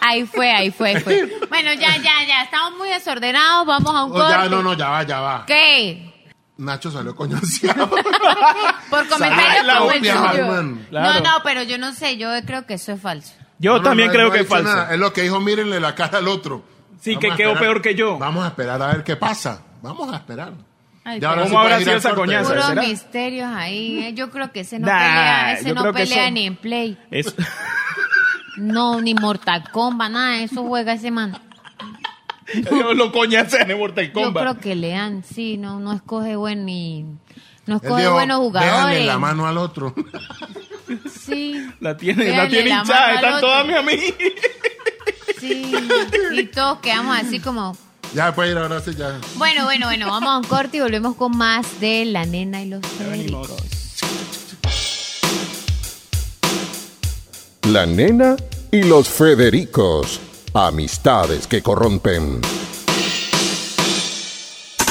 Speaker 5: Ahí fue, ahí fue, ahí fue. Bueno, ya, ya, ya. Estamos muy desordenados. Vamos a un
Speaker 6: Oh,
Speaker 5: corte.
Speaker 6: ya, no, no, ya va, ya va.
Speaker 5: ¿Qué?
Speaker 6: Nacho salió coñoseado.
Speaker 5: Por
Speaker 6: Ay, la
Speaker 5: comentarios como el
Speaker 6: obvia,
Speaker 5: suyo.
Speaker 6: Batman.
Speaker 7: Claro.
Speaker 5: No, no, pero yo no sé. Yo creo que eso es falso.
Speaker 7: Yo
Speaker 6: No, no,
Speaker 7: también
Speaker 6: no,
Speaker 7: creo
Speaker 6: no
Speaker 7: que
Speaker 6: ha
Speaker 7: es
Speaker 6: dicho
Speaker 7: falso.
Speaker 6: nada. Es lo que dijo, mírenle la cara al otro.
Speaker 7: Sí,
Speaker 6: Vamos
Speaker 7: que
Speaker 6: a
Speaker 7: quedó
Speaker 6: esperar.
Speaker 7: peor que yo.
Speaker 6: Vamos a esperar a ver qué pasa. Vamos a esperar.
Speaker 5: Ay,
Speaker 6: Ya ahora
Speaker 7: ¿Cómo
Speaker 6: sí puedes
Speaker 7: habrá
Speaker 6: ir
Speaker 7: sido
Speaker 6: al
Speaker 7: esa
Speaker 6: corte.
Speaker 7: coñaza?
Speaker 5: Puros
Speaker 7: ¿Será?
Speaker 5: misterios ahí. eh. Yo creo que ese no
Speaker 7: Nah,
Speaker 5: pelea, ese
Speaker 7: yo
Speaker 5: no
Speaker 7: creo que
Speaker 5: pelea
Speaker 7: eso-
Speaker 5: ni en Play.
Speaker 7: Es-
Speaker 5: [laughs] No, ni Mortal Kombat, nada, de eso juega ese man.
Speaker 7: [laughs] Yo lo coñacé en el Mortal
Speaker 5: Yo
Speaker 7: Kombat.
Speaker 5: creo que Lean, sí, no, no escoge buen ni Nos
Speaker 6: Él
Speaker 5: coge
Speaker 6: dijo,
Speaker 5: buenos
Speaker 6: "Véanle
Speaker 5: jugadores.
Speaker 6: la mano al otro.
Speaker 5: Sí,
Speaker 7: La tiene,
Speaker 5: Véanle
Speaker 7: la tiene
Speaker 5: la mano
Speaker 7: hinchada,
Speaker 5: al
Speaker 7: están
Speaker 5: otro.
Speaker 7: todas mis amigas.
Speaker 5: sí. Y todos quedamos así como.
Speaker 6: Ya, puede ir ahora sí, ya.
Speaker 5: Bueno, bueno, bueno, vamos a un corte y volvemos con más de La Nena y los Federicos.
Speaker 8: La nena y los Federicos. Amistades que corrompen.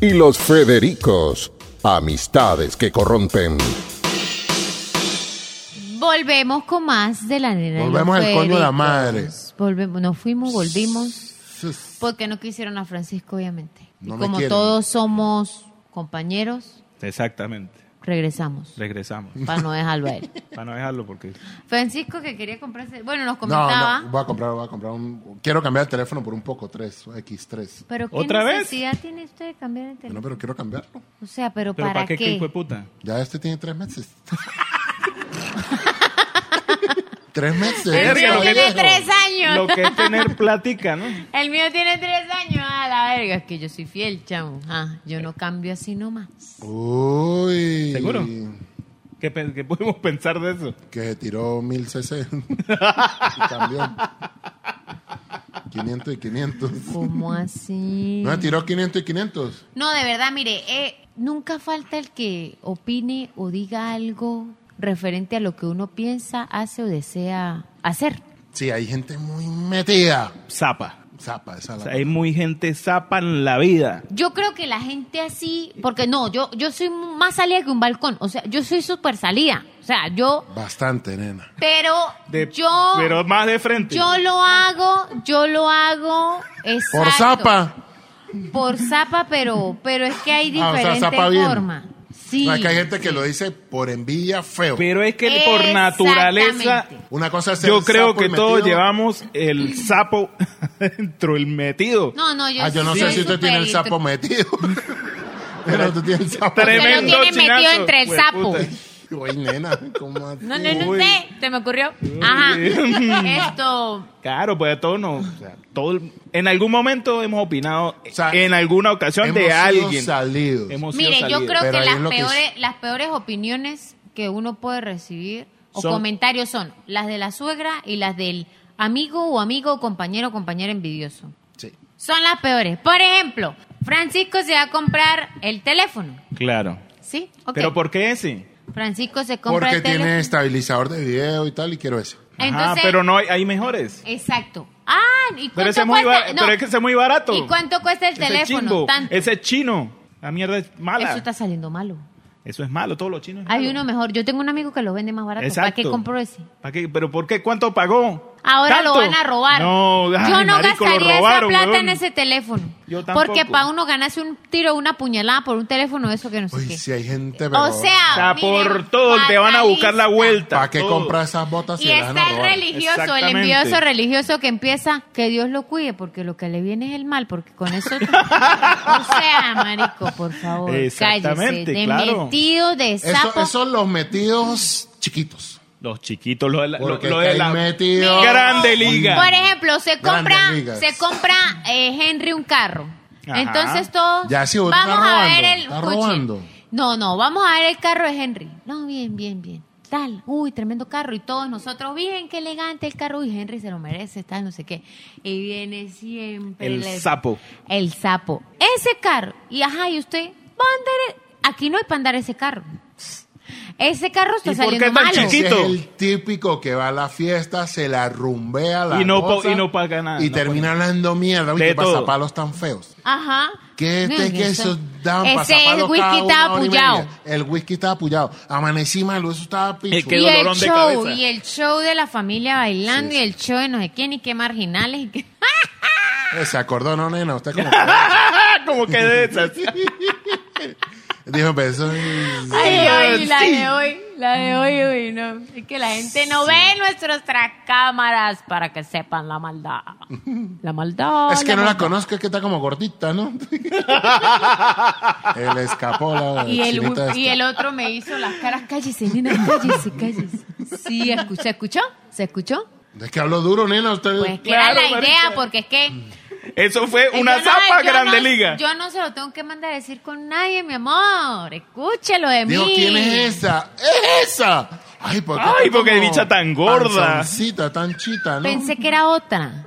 Speaker 8: y los Federicos. Amistades que corrompen.
Speaker 5: Volvemos con más de La Nena
Speaker 6: Volvemos
Speaker 5: y los
Speaker 6: al coño de la
Speaker 5: Federicos.
Speaker 6: madre.
Speaker 5: Volvemos, nos fuimos, volvimos. Porque no quisieron a Francisco, obviamente. Y
Speaker 7: No me
Speaker 5: como
Speaker 7: quieren.
Speaker 5: todos somos compañeros,
Speaker 7: Exactamente.
Speaker 5: regresamos.
Speaker 7: Regresamos.
Speaker 5: Para no dejarlo a
Speaker 7: [laughs]
Speaker 5: él.
Speaker 7: Para no dejarlo porque...
Speaker 5: Francisco que quería comprarse. Bueno, nos comentaba.
Speaker 6: No, no, voy a comprar, voy a comprar un. Quiero cambiar el teléfono por un poco, 3, X3.
Speaker 5: Pero ¿qué necesidad tiene usted de cambiar el
Speaker 6: No,
Speaker 5: teléfono?
Speaker 6: pero quiero cambiarlo.
Speaker 5: O sea, pero, ¿para, qué?
Speaker 7: puta?
Speaker 6: Ya este tiene tres meses. [laughs] tres meses.
Speaker 5: El mío
Speaker 6: caballero.
Speaker 5: tiene tres años.
Speaker 7: Lo que es tener plática, ¿no?
Speaker 5: El mío tiene tres años. A la verga, es que yo soy fiel, chamo. Ah, yo no cambio así nomás.
Speaker 6: Uy.
Speaker 7: ¿Seguro? ¿Qué, pe- qué podemos pensar de eso?
Speaker 6: Que tiró 1000 cc. [laughs] Y cambió. 500 y 500.
Speaker 5: ¿Cómo así?
Speaker 6: No, tiró 500 y 500.
Speaker 5: No, de verdad, mire, eh, nunca falta el que opine o diga algo referente a lo que uno piensa, hace o desea hacer.
Speaker 6: Sí, hay gente muy metida.
Speaker 7: Zapa.
Speaker 6: Zapa, esa es
Speaker 7: O
Speaker 6: la
Speaker 7: sea, hay muy gente zapa en la vida.
Speaker 5: Yo creo que la gente así, porque no, yo, yo soy más salida que un balcón, o sea, yo soy súper salida, o sea, yo,
Speaker 6: Bastante, nena.
Speaker 5: pero
Speaker 7: De-
Speaker 5: yo,
Speaker 7: Pero más de frente.
Speaker 5: yo lo hago, yo lo hago, exacto,
Speaker 6: Por zapa.
Speaker 5: por zapa, pero, pero es que hay
Speaker 6: Ah, o sea,
Speaker 5: diferentes
Speaker 6: zapa bien.
Speaker 5: formas. Sí,
Speaker 6: O sea, que hay gente que lo dice por envidia feo.
Speaker 7: Pero es que por naturaleza...
Speaker 6: Una cosa es ser
Speaker 7: Yo creo
Speaker 6: sapo
Speaker 7: que
Speaker 6: y
Speaker 7: todos
Speaker 6: metido.
Speaker 7: llevamos el sapo [laughs] dentro el metido.
Speaker 5: No, no, yo
Speaker 6: Ah, yo no sé
Speaker 5: soy
Speaker 6: si usted tiene el
Speaker 5: súper-
Speaker 6: sapo metido. [laughs] Pero tú tienes el sapo
Speaker 5: Usted lo tiene metido entre el sapo.
Speaker 6: Uy, nena, ¿cómo así?
Speaker 5: No, no, no
Speaker 7: Uy.
Speaker 5: sé, te me ocurrió. Ajá. [laughs] Esto.
Speaker 7: Claro, pues todos no. o sea, todo, en algún momento hemos opinado, en alguna ocasión, de
Speaker 6: hemos sido
Speaker 7: alguien.
Speaker 6: salidos.
Speaker 7: Hemos sido
Speaker 5: Mire, yo
Speaker 7: salidos.
Speaker 5: creo que las peores, las peores opiniones que uno puede recibir o
Speaker 7: Son-
Speaker 5: comentarios son las de la suegra y las del amigo o amigo o compañero o compañera envidioso.
Speaker 6: Sí.
Speaker 5: Son las peores. Por ejemplo, Francisco se va a comprar el teléfono.
Speaker 7: Claro.
Speaker 5: ¿Sí? Ok.
Speaker 7: ¿Pero por qué ese?
Speaker 5: Francisco se compra
Speaker 6: Porque
Speaker 5: el teléfono.
Speaker 6: tiene estabilizador de video y tal, y quiero ese.
Speaker 7: Ajá,
Speaker 5: Entonces-
Speaker 7: pero no hay, hay mejores.
Speaker 5: Exacto. Ah, ¿y cuánto
Speaker 7: Pero, ese es muy
Speaker 5: cuesta?
Speaker 7: bar-
Speaker 5: No.
Speaker 7: pero es que ese es muy barato.
Speaker 5: ¿Y cuánto cuesta el
Speaker 7: Ese
Speaker 5: teléfono?
Speaker 7: chimbo,
Speaker 5: Tanto.
Speaker 7: Ese es chino. La mierda es mala.
Speaker 5: Eso
Speaker 7: Eso,
Speaker 5: está saliendo malo.
Speaker 7: es malo. Todos los chinos. es
Speaker 5: Hay
Speaker 7: malo.
Speaker 5: uno mejor. Yo tengo un amigo que lo vende más barato. ¿Para
Speaker 7: Exacto.
Speaker 5: qué compro ese?
Speaker 7: ¿Para qué? ¿Pero por qué? ¿Cuánto pagó?
Speaker 5: Ahora
Speaker 7: ¿Tanto?
Speaker 5: lo van a robar.
Speaker 7: No, ay,
Speaker 5: yo no
Speaker 7: marico, lo
Speaker 5: gastaría
Speaker 7: robaron,
Speaker 5: esa plata en
Speaker 7: weón.
Speaker 5: ese teléfono.
Speaker 7: Yo tampoco.
Speaker 5: porque para uno ganarse un tiro, una puñalada por un teléfono, eso que no sé qué.
Speaker 6: Si hay gente, pero...
Speaker 5: o sea,
Speaker 7: O sea,
Speaker 5: mire,
Speaker 7: por todo te van a buscar la vuelta.
Speaker 6: ¿Para qué
Speaker 7: todo.
Speaker 6: compra esas botas
Speaker 5: y
Speaker 6: si las van a
Speaker 5: está el
Speaker 6: robar?
Speaker 5: religioso, el
Speaker 7: Exactamente.
Speaker 5: envidioso religioso que empieza, que Dios lo cuide, porque lo que le viene es el mal, porque con eso... o sea, marico, por favor, cállese.
Speaker 7: Exactamente,
Speaker 5: De
Speaker 7: claro.
Speaker 5: metido, de sapo.
Speaker 6: Eso, esos los metidos chiquitos.
Speaker 7: Los chiquitos, los de la,
Speaker 6: Porque
Speaker 7: los
Speaker 6: está
Speaker 7: de
Speaker 6: ahí
Speaker 7: la
Speaker 6: metido.
Speaker 7: grande liga.
Speaker 5: Por ejemplo, se
Speaker 6: Grandes
Speaker 5: compra,
Speaker 6: ligas.
Speaker 5: se compra eh, Henry un carro.
Speaker 6: Ajá.
Speaker 5: Entonces todos
Speaker 6: Ya, sí, vos
Speaker 5: vamos
Speaker 6: estás
Speaker 5: a
Speaker 6: robando,
Speaker 5: ver el
Speaker 6: estás
Speaker 5: escuche.
Speaker 6: robando.
Speaker 5: No, no, vamos a ver el carro de Henry. No, bien, bien, bien. Tal, uy, tremendo carro y todos nosotros, bien, qué elegante el carro y Henry se lo merece, tal, no sé qué. Y viene siempre
Speaker 7: El sapo.
Speaker 5: El sapo. Ese carro. Y ajá, y usted, va a andar e- aquí no hay para andar ese carro. Ese carro está
Speaker 7: ¿Y por qué
Speaker 5: saliendo malo.
Speaker 7: tan chiquito?
Speaker 6: Ese Es el típico que va a la fiesta, se la rumbea la
Speaker 7: Y no po-
Speaker 6: cosa
Speaker 7: y no paga nada,
Speaker 6: Y
Speaker 7: no
Speaker 6: termina hablando mierda. Uy,
Speaker 7: De
Speaker 6: qué
Speaker 7: todo.
Speaker 6: pasapalos tan feos.
Speaker 5: Ajá.
Speaker 6: Que
Speaker 5: No,
Speaker 6: este
Speaker 5: que
Speaker 6: que
Speaker 5: eso-
Speaker 6: eso dan
Speaker 5: Ese
Speaker 6: pasapalos
Speaker 5: es whisky
Speaker 6: cada
Speaker 5: estaba
Speaker 6: una hora y
Speaker 5: apoyado.
Speaker 6: media. El whisky estaba apoyado. Amanecí malo, eso estaba picho.
Speaker 7: Eh, qué
Speaker 5: y el
Speaker 7: dolorón de
Speaker 5: show,
Speaker 7: cabeza.
Speaker 5: y el show de la familia bailando, y el show de no sé quién, y qué marginales. Y qué...
Speaker 7: [laughs] Ah,
Speaker 5: [laughs]
Speaker 6: Eh, Se acordó, no, nena. Usted como...
Speaker 7: Como que de esas.
Speaker 6: Dijo, pero eso es-
Speaker 5: Ay, ay, la
Speaker 6: Sí.
Speaker 5: de hoy, la de hoy, uy, no. Es que la gente no ve nuestras cámaras para que sepan la maldad. La maldad.
Speaker 6: Es que no la
Speaker 5: maldad.
Speaker 6: conozco, es que está como gordita,
Speaker 5: [laughs]
Speaker 6: ¿no? Él escapó la
Speaker 5: Y el,
Speaker 6: chinita
Speaker 5: y
Speaker 6: esta.
Speaker 5: el otro me hizo las caras, cállese, nena, cállese, cállese. Sí, escu- ¿se escuchó? ¿Se escuchó?
Speaker 6: Es que habló duro, nena. Usted...
Speaker 5: Pues que era la idea,
Speaker 6: marica.
Speaker 5: porque es que...
Speaker 7: Eso fue
Speaker 5: Yo
Speaker 7: una
Speaker 5: no-
Speaker 7: zapa
Speaker 5: yo
Speaker 7: grande
Speaker 5: no-
Speaker 7: liga.
Speaker 5: Yo no se lo tengo que mandar a decir con nadie, mi amor. Escúchelo de
Speaker 6: Dijo,
Speaker 5: mí.
Speaker 6: ¿quién es esa? ¡Es esa! Ay, porque,
Speaker 7: Ay, porque bicha tan gorda.
Speaker 6: Pancita, tan chita, ¿no?
Speaker 5: Pensé que era otra.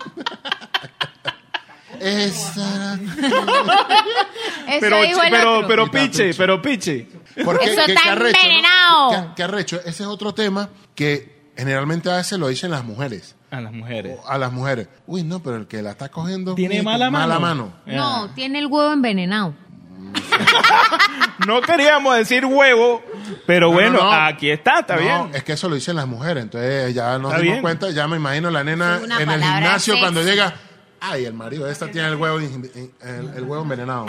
Speaker 6: Esa.
Speaker 5: Eso
Speaker 7: Pero,
Speaker 5: dijo el
Speaker 7: pero,
Speaker 5: otro.
Speaker 7: pero piche, pero piche.
Speaker 6: Porque,
Speaker 5: Eso está
Speaker 6: arrecho, ¿no?
Speaker 5: envenenado.
Speaker 6: Qué- qué arrecho. Ese es otro tema que generalmente a veces lo dicen las mujeres.
Speaker 7: A las mujeres.
Speaker 6: A las mujeres. Uy, no, pero el que la está cogiendo.
Speaker 7: Tiene
Speaker 6: mijo,
Speaker 7: mala mano.
Speaker 5: No, tiene el huevo envenenado.
Speaker 7: No queríamos decir huevo, pero
Speaker 6: No,
Speaker 7: bueno,
Speaker 6: no, no.
Speaker 7: aquí está, está
Speaker 6: No,
Speaker 7: bien.
Speaker 6: Es que eso lo dicen las mujeres. Entonces ya nos
Speaker 7: Está
Speaker 6: dimos
Speaker 7: bien.
Speaker 6: cuenta, ya me imagino la nena
Speaker 5: Es
Speaker 6: en
Speaker 5: una
Speaker 6: el
Speaker 5: palabra
Speaker 6: gimnasio
Speaker 5: sexy.
Speaker 6: cuando llega. Ay, el marido, esta tiene el huevo, in- in- el, el
Speaker 5: [laughs]
Speaker 6: huevo envenenado.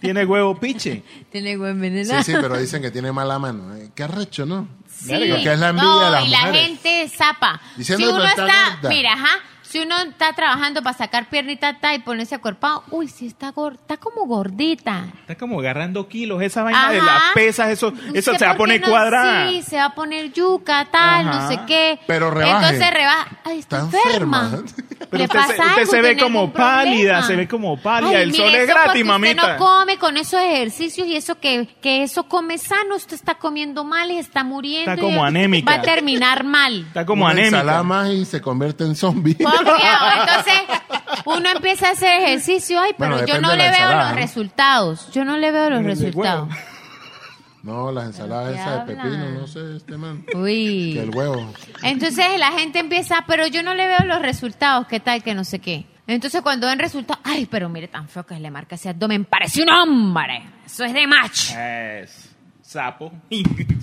Speaker 7: Tiene huevo piche.
Speaker 5: Tiene el huevo
Speaker 6: Sí,
Speaker 5: envenenado.
Speaker 6: sí, pero dicen que tiene mala mano. Eh, Qué arrecho, ¿no?
Speaker 5: Sí.
Speaker 6: Porque es la envidia
Speaker 5: no,
Speaker 6: de las
Speaker 5: y la
Speaker 6: mujeres.
Speaker 5: gente zapa.
Speaker 6: Diciendo
Speaker 5: Ah, si
Speaker 6: que
Speaker 5: uno
Speaker 6: está
Speaker 5: está,
Speaker 6: gorda.
Speaker 5: mira, ajá, si uno está trabajando para sacar piernita ta, y ponerse acuerpado, uy, si está gorda, está como gordita.
Speaker 7: Está como agarrando kilos, esa vaina de
Speaker 5: Ajá.
Speaker 7: las pesas, eso, eso
Speaker 5: Usted,
Speaker 7: se va a
Speaker 5: ¿por qué
Speaker 7: poner
Speaker 5: no?
Speaker 7: cuadrada.
Speaker 5: Sí, se va a poner yuca, tal,
Speaker 7: Ajá.
Speaker 5: no sé qué.
Speaker 6: Pero rebaje.
Speaker 5: Entonces rebaja. Ay, está,
Speaker 6: Está
Speaker 5: enferma.
Speaker 6: enferma.
Speaker 5: ¿Le
Speaker 7: Pero usted, se,
Speaker 5: pasa
Speaker 7: usted
Speaker 5: algo?
Speaker 7: se ve
Speaker 5: ¿Tiene
Speaker 7: como
Speaker 5: algún
Speaker 7: pálida,
Speaker 5: problema?
Speaker 7: se ve como pálida.
Speaker 5: Ay,
Speaker 7: el
Speaker 5: mire,
Speaker 7: sol es
Speaker 5: eso porque
Speaker 7: gratis,
Speaker 5: Usted
Speaker 7: mamita.
Speaker 5: no come con esos ejercicios y eso que, que eso come sano, usted está comiendo mal y está muriendo.
Speaker 7: Está
Speaker 5: y
Speaker 7: como anémica.
Speaker 5: Va a terminar mal.
Speaker 7: Está como
Speaker 6: Una ensalada
Speaker 7: anémica.
Speaker 6: más y se convierte en zombie.
Speaker 5: Porque ahora, entonces uno empieza a hacer ejercicio, ay, pero
Speaker 6: Bueno,
Speaker 5: yo
Speaker 6: depende
Speaker 5: no
Speaker 6: de la
Speaker 5: le veo
Speaker 6: ensalada, ¿eh?
Speaker 5: los
Speaker 6: ¿no?
Speaker 5: resultados. Yo no le veo los
Speaker 7: Pero de
Speaker 5: resultados.
Speaker 6: No, las ensaladas
Speaker 5: ¿Pero qué
Speaker 6: esas de pepino,
Speaker 5: hablan?
Speaker 6: no sé, este man.
Speaker 5: Uy.
Speaker 6: Que el huevo.
Speaker 5: Entonces la gente empieza, pero yo no le veo los resultados, qué tal, que no sé qué. Entonces cuando ven resultados, ay, pero mire tan feo que le marca ese abdomen, parece un hombre. Eso es de macho.
Speaker 7: Es sapo.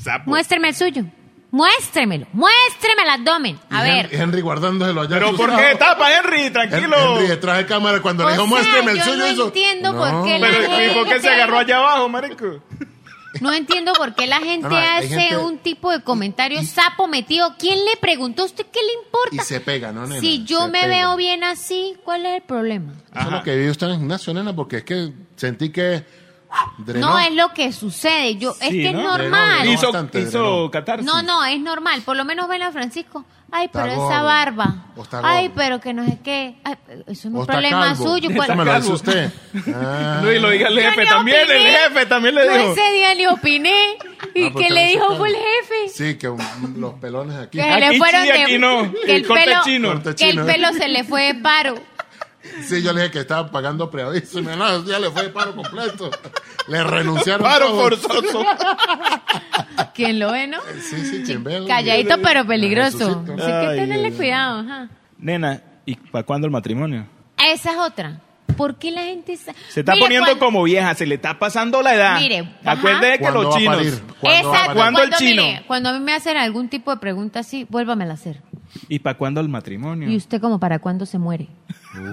Speaker 7: sapo.
Speaker 5: Muéstreme el suyo. Muéstremelo. Muéstreme el abdomen. A
Speaker 6: Y
Speaker 5: ver.
Speaker 6: Hen- y Henry guardándoselo allá.
Speaker 7: Pero
Speaker 6: tú
Speaker 7: ¿por
Speaker 6: sabes.
Speaker 7: qué tapa, Henry? Tranquilo.
Speaker 6: Hen- Henry detrás de cámara cuando
Speaker 5: O
Speaker 6: le dijo,
Speaker 5: sea,
Speaker 6: muéstreme el
Speaker 5: yo
Speaker 6: suyo.
Speaker 5: no
Speaker 6: eso".
Speaker 5: entiendo por
Speaker 6: No,
Speaker 5: qué la
Speaker 7: Pero ¿y por qué se
Speaker 5: gente-
Speaker 7: agarró allá abajo, marico?
Speaker 5: No entiendo por qué la gente
Speaker 6: No, no, hay
Speaker 5: hace
Speaker 6: gente-
Speaker 5: un tipo de comentario sapo metido. ¿Quién le preguntó a usted qué le
Speaker 6: Y
Speaker 5: importa?
Speaker 6: se pega, ¿no, nena?
Speaker 5: si yo
Speaker 6: Se
Speaker 5: me
Speaker 6: pega.
Speaker 5: veo bien así, ¿cuál es el problema?
Speaker 6: Eso es lo que vivió usted en el gimnasio, nena, porque es que sentí que drenó.
Speaker 5: No es lo que sucede. Yo es
Speaker 7: Sí,
Speaker 5: que
Speaker 7: ¿no?
Speaker 5: es
Speaker 6: Pero
Speaker 5: normal.
Speaker 6: no,
Speaker 7: Hizo,
Speaker 6: bastante,
Speaker 7: hizo
Speaker 6: drenó.
Speaker 7: catarsis.
Speaker 5: No, no, es normal. Por lo menos ven a Francisco. Ay,
Speaker 6: Está
Speaker 5: pero esa
Speaker 6: gordo.
Speaker 5: barba.
Speaker 6: O está
Speaker 5: Ay,
Speaker 6: gordo.
Speaker 5: pero que no sé qué. Ay, eso no
Speaker 6: O
Speaker 5: es
Speaker 6: está
Speaker 5: problema
Speaker 6: calvo. [laughs]
Speaker 5: suyo.
Speaker 6: Eso me
Speaker 5: ¿Cuál-
Speaker 6: lo
Speaker 7: calvo.
Speaker 5: [laughs]
Speaker 6: dice usted. Ah.
Speaker 7: No, y lo diga el
Speaker 5: Yo
Speaker 7: jefe
Speaker 5: ni pues,
Speaker 7: también, el
Speaker 5: opiné.
Speaker 7: jefe también le
Speaker 5: Yo
Speaker 7: dijo.
Speaker 5: ese día ni opiné.
Speaker 6: Ah,
Speaker 5: ¿Y
Speaker 6: porque
Speaker 5: qué
Speaker 6: lo
Speaker 5: le dijo
Speaker 6: hizo
Speaker 5: fue el
Speaker 6: calvo.
Speaker 5: jefe?
Speaker 6: Sí, que um, los pelones aquí.
Speaker 5: Que se
Speaker 7: Aquí
Speaker 5: le fueron
Speaker 7: sí,
Speaker 5: de-
Speaker 7: aquí no.
Speaker 5: Que el,
Speaker 7: Corte
Speaker 5: pelo,
Speaker 7: chino.
Speaker 6: Corte
Speaker 5: que el
Speaker 6: chino.
Speaker 5: pelo se le fue de paro.
Speaker 6: Sí, yo le dije que estaba pagando preaviso. y me- No, ya le fue de paro completo. Le renunciaron.
Speaker 7: Paro
Speaker 6: todos.
Speaker 7: forzoso.
Speaker 5: [laughs] ¿Quién lo ve, no?
Speaker 6: Sí, sí, quien ve.
Speaker 5: Calladito pero peligroso.
Speaker 6: Jesucito.
Speaker 5: Así que
Speaker 7: Ay,
Speaker 5: tenerle
Speaker 7: Dios.
Speaker 5: cuidado. ajá.
Speaker 7: Nena, ¿y para cuándo el matrimonio?
Speaker 5: Esa es otra. ¿Por qué la gente sa-
Speaker 7: Se está
Speaker 5: Mire,
Speaker 7: poniendo
Speaker 5: cuando-
Speaker 7: como vieja, se le está pasando la edad.
Speaker 5: Mire, ajá.
Speaker 7: Acuérdate que
Speaker 6: ¿Cuándo
Speaker 7: los
Speaker 6: va a
Speaker 7: chinos.
Speaker 6: parir? ¿Cuándo va a
Speaker 5: Exacto,
Speaker 6: parir?
Speaker 7: ¿Cuándo el
Speaker 5: cuando,
Speaker 7: chino?
Speaker 5: mire, cuando a mí me hacen algún tipo de pregunta así, vuélvamela a hacer.
Speaker 7: ¿Y para cuándo el matrimonio?
Speaker 5: ¿Y usted como para cuándo se muere?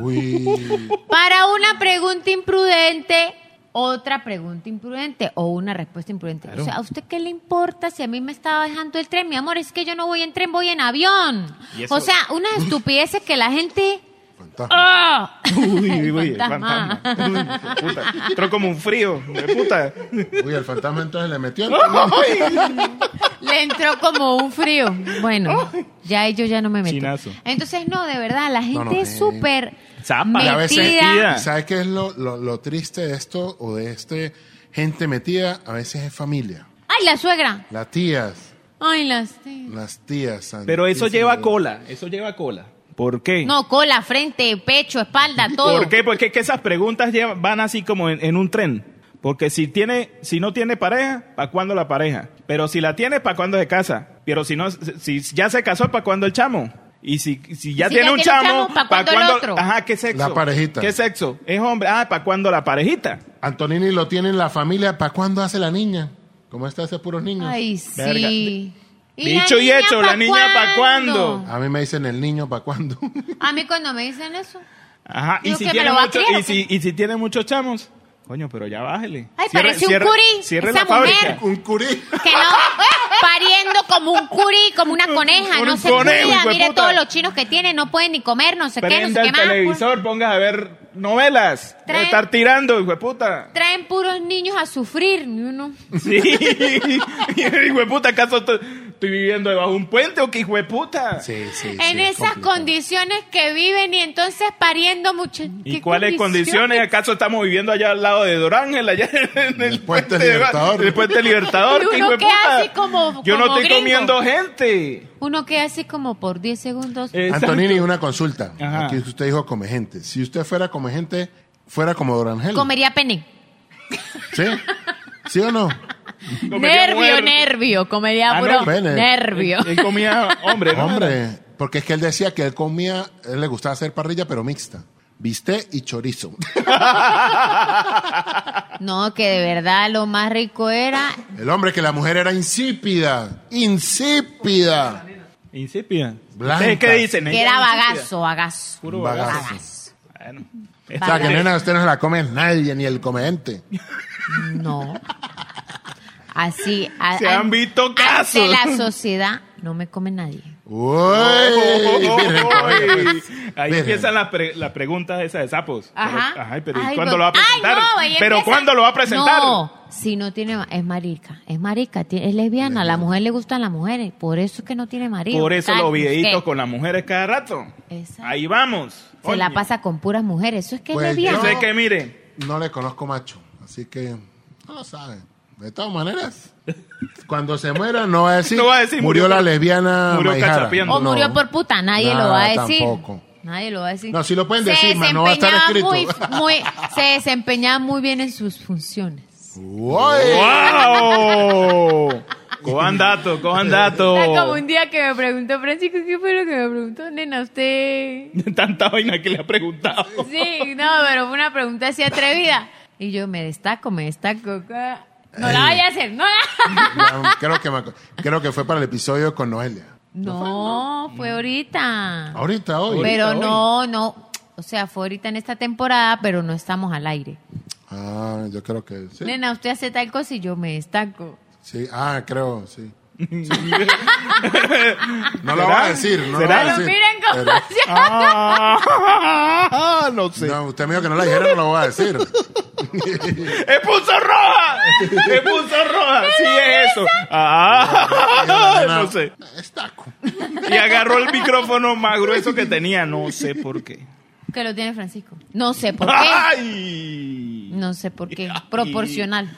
Speaker 6: Uy.
Speaker 5: [laughs] Para una pregunta imprudente, otra pregunta imprudente o una respuesta imprudente. O sea, ¿a usted qué le importa si a mí me estaba dejando el tren? Mi amor, es que yo no voy en tren, voy en avión.
Speaker 7: ¿Y eso?
Speaker 5: O sea, unas estupideces que la gente...
Speaker 6: Fantasma.
Speaker 5: ¡Ah!
Speaker 7: Uy, uy, el
Speaker 5: Fantasma.
Speaker 7: fantasma. Uy, puta. Entró como un frío, de puta.
Speaker 6: Uy, el fantasma entonces le metió. el-
Speaker 5: Le entró como un frío. Bueno, ya yo ya no me meto.
Speaker 7: Chinazo.
Speaker 5: Entonces, no, de verdad, la gente
Speaker 6: no, eh.
Speaker 5: es súper
Speaker 7: Zapa.
Speaker 6: Y
Speaker 5: metida.
Speaker 6: a veces,
Speaker 7: Metida.
Speaker 6: ¿sabes qué es lo, lo- lo triste de esto o de este gente metida? A veces es familia.
Speaker 5: ¡Ay, la suegra!
Speaker 6: Las tías,
Speaker 5: ¡Ay, las tías.
Speaker 6: las tías.
Speaker 7: Pero eso
Speaker 6: santísima
Speaker 7: lleva
Speaker 6: Dios.
Speaker 7: cola, eso lleva cola. ¿Por qué?
Speaker 5: No, cola, frente, pecho, espalda, todo.
Speaker 7: ¿Por qué? Porque es que esas preguntas llevan- van así como en, en un tren. Porque si tiene, si no tiene pareja, ¿para cuándo la pareja? Pero si la tiene, ¿para cuándo se casa? Pero si no, si ya se casó, ¿para cuándo el chamo? Y si, si ya
Speaker 5: Y si
Speaker 7: tiene
Speaker 5: ya
Speaker 7: un
Speaker 5: tiene
Speaker 7: chamo,
Speaker 5: chamo, ¿pa' cuándo el otro?
Speaker 7: Ajá, ¿qué sexo?
Speaker 6: La parejita.
Speaker 7: ¿Qué sexo? Es hombre. Ah, ¿para cuándo la parejita?
Speaker 6: Antonini lo tiene en la familia. ¿Para cuándo hace la niña? ¿Cómo está hace puros niños?
Speaker 5: Ay, sí.
Speaker 7: Verga.
Speaker 5: la
Speaker 7: Dicho y
Speaker 5: niña
Speaker 7: hecho,
Speaker 5: pa'
Speaker 7: ¿la niña pa' cuándo?
Speaker 6: A mí me dicen el niño, ¿para cuándo?
Speaker 5: A mí cuando me dicen eso.
Speaker 7: Ajá. ¿Y
Speaker 5: Digo
Speaker 7: si,
Speaker 5: que me
Speaker 7: tiene
Speaker 5: lo va a
Speaker 7: mucho-
Speaker 5: criar,
Speaker 7: y,
Speaker 5: ¿o
Speaker 7: si, y si tiene muchos chamos? Coño, pero ya bájele.
Speaker 5: Ay, parece un curí,
Speaker 7: Cierre
Speaker 5: esa
Speaker 7: la fábrica.
Speaker 5: mujer.
Speaker 6: Un curí.
Speaker 5: Que no, pariendo como un curí, como una coneja,
Speaker 7: un
Speaker 5: no se
Speaker 7: conejo,
Speaker 5: cuida.
Speaker 7: hijo de
Speaker 5: Mire
Speaker 7: puta.
Speaker 5: todos los chinos que tienen, no pueden ni comer, no sé qué, no sé
Speaker 7: Prenda
Speaker 5: qué
Speaker 7: el
Speaker 5: más.
Speaker 7: televisor, pongas a ver novelas.
Speaker 5: Trae-
Speaker 7: Debe Estar tirando, hijo de puta.
Speaker 5: Traen puros niños a sufrir, ni uno.
Speaker 7: Sí. [laughs] hijo de puta, ¿acaso estoy, estoy viviendo debajo de un puente o qué hijo de puta?
Speaker 6: Sí, sí.
Speaker 5: en esas condiciones que viven y entonces pariendo muchas.
Speaker 7: ¿Y cuáles condiciones? ¿Acaso estamos viviendo allá al lado de Dorángel, allá en el puente de-
Speaker 6: Libertador.
Speaker 7: El puente Libertador,
Speaker 5: [laughs] Y
Speaker 7: qué hijo
Speaker 5: uno
Speaker 7: de
Speaker 5: queda
Speaker 7: puta.
Speaker 5: así como.
Speaker 7: Yo no
Speaker 5: como
Speaker 7: estoy
Speaker 5: gringo.
Speaker 7: comiendo gente.
Speaker 5: Uno queda así como por 10 segundos.
Speaker 7: Exacto.
Speaker 6: Antonini, una consulta.
Speaker 7: Ajá.
Speaker 6: Aquí usted dijo come gente. Si usted fuera come gente, fuera como Dorangel.
Speaker 5: Comería pene.
Speaker 6: ¿Sí? ¿Sí o no?
Speaker 7: Comería
Speaker 5: nervio,
Speaker 7: mujer.
Speaker 5: nervio. Comería
Speaker 7: Ah,
Speaker 5: puro
Speaker 7: no,
Speaker 6: pene.
Speaker 5: nervio.
Speaker 7: Él comía hombre, ¿no?
Speaker 6: Hombre, porque es que él decía que él comía, él le gustaba hacer parrilla, pero mixta. Viste y
Speaker 7: [laughs]
Speaker 6: chorizo.
Speaker 5: No, que de verdad lo más rico era.
Speaker 6: El hombre que la mujer era insípida. Insípida.
Speaker 7: Insípida.
Speaker 6: Blanca.
Speaker 7: ¿Ustedes qué dicen?
Speaker 5: Que
Speaker 7: Ella
Speaker 5: era
Speaker 7: es insípida.
Speaker 5: bagazo, bagazo.
Speaker 7: Puro
Speaker 6: Bagazo.
Speaker 5: Bagazo.
Speaker 7: Bueno.
Speaker 6: O sea, que nena, usted no se la come nadie, ni el comediante.
Speaker 5: No. Así. a-
Speaker 7: Se han
Speaker 5: a-
Speaker 7: visto casos.
Speaker 5: Ante la sociedad no me come nadie.
Speaker 6: Uy,
Speaker 7: [laughs]
Speaker 6: Virgen,
Speaker 7: Uy,
Speaker 6: pues.
Speaker 7: Ahí
Speaker 6: Virgen.
Speaker 7: empiezan las pre- las preguntas esas de sapos.
Speaker 5: Ajá.
Speaker 7: Pero, ay, pero ¿y
Speaker 5: Ay,
Speaker 7: cuándo
Speaker 5: pero-
Speaker 7: lo va a
Speaker 5: Ay,
Speaker 7: presentar?
Speaker 5: no, ahí
Speaker 7: pero
Speaker 5: empieza-
Speaker 7: ¿cuándo lo va a presentar?
Speaker 5: No, si no tiene. ma- Es marica. Es marica. ti- Es lesbiana. A la mujer le gustan las mujeres. Por eso es que no tiene marido.
Speaker 7: Por eso
Speaker 5: Tal,
Speaker 7: los
Speaker 5: no sé
Speaker 7: videitos
Speaker 5: qué.
Speaker 7: con las mujeres cada rato.
Speaker 5: Exacto.
Speaker 7: Ahí vamos.
Speaker 5: Se la
Speaker 7: Coño.
Speaker 5: pasa con puras mujeres. Eso es que
Speaker 6: Pues
Speaker 5: es
Speaker 7: Yo
Speaker 5: lesbiana.
Speaker 7: sé que, mire,
Speaker 6: No le conozco macho, así que no lo sabe. De todas maneras, cuando se muera no va a
Speaker 7: [laughs]
Speaker 6: decir,
Speaker 7: No va a decir,
Speaker 6: murió,
Speaker 7: murió
Speaker 6: la
Speaker 7: por-
Speaker 6: lesbiana
Speaker 7: murió
Speaker 6: Maijara".
Speaker 7: cachapeando.
Speaker 5: O
Speaker 6: No.
Speaker 5: murió por puta, nadie lo va a
Speaker 6: Nada,
Speaker 5: decir.
Speaker 6: tampoco.
Speaker 5: Nadie lo va a decir.
Speaker 6: No, sí lo pueden
Speaker 5: Se
Speaker 6: decir, mas no va a estar
Speaker 5: desempeñaba
Speaker 6: escrito.
Speaker 5: Muy, muy- se desempeñaba muy bien en sus funciones.
Speaker 6: Uy,
Speaker 7: ¡Wow! cojan dato, cojan dato.
Speaker 5: Era como un día que me preguntó Francisco, ¿qué fue lo que me preguntó, nena? Usted.
Speaker 7: Tanta vaina que le ha preguntado.
Speaker 5: Sí, no, pero fue una pregunta así atrevida. Y yo me destaco, me destaco. ca- No la vaya a hacer, no la.
Speaker 6: ya, creo, que me acu- creo que fue para el episodio con Noelia.
Speaker 5: No, fue ahorita.
Speaker 6: Ahorita, hoy.
Speaker 5: Pero no, no. O sea, fue ahorita en esta temporada, pero no estamos al aire.
Speaker 6: Ah, yo creo que sí.
Speaker 5: Nena, usted hace tal cosa y yo me destaco.
Speaker 6: Sí, ah, creo,
Speaker 7: [laughs]
Speaker 6: sí. Sí. no lo va a decir, no lo
Speaker 7: ¿Será?
Speaker 6: va a
Speaker 5: Pero
Speaker 6: decir.
Speaker 5: miren cómo
Speaker 6: Pero-
Speaker 5: se-
Speaker 7: Ah, no sé.
Speaker 6: No, usted me dijo que no la dijera, no lo voy a
Speaker 7: [laughs]
Speaker 6: decir.
Speaker 7: ¡Es pulso roja! ¡Es pulso roja! Sí, es eso. Ah, [laughs] no sé.
Speaker 6: Estaco.
Speaker 7: Y agarró el micrófono más grueso que tenía. No sé por qué.
Speaker 5: que lo tiene Francisco. No sé por qué.
Speaker 7: ¡Ay!
Speaker 5: No sé por qué. Proporcional.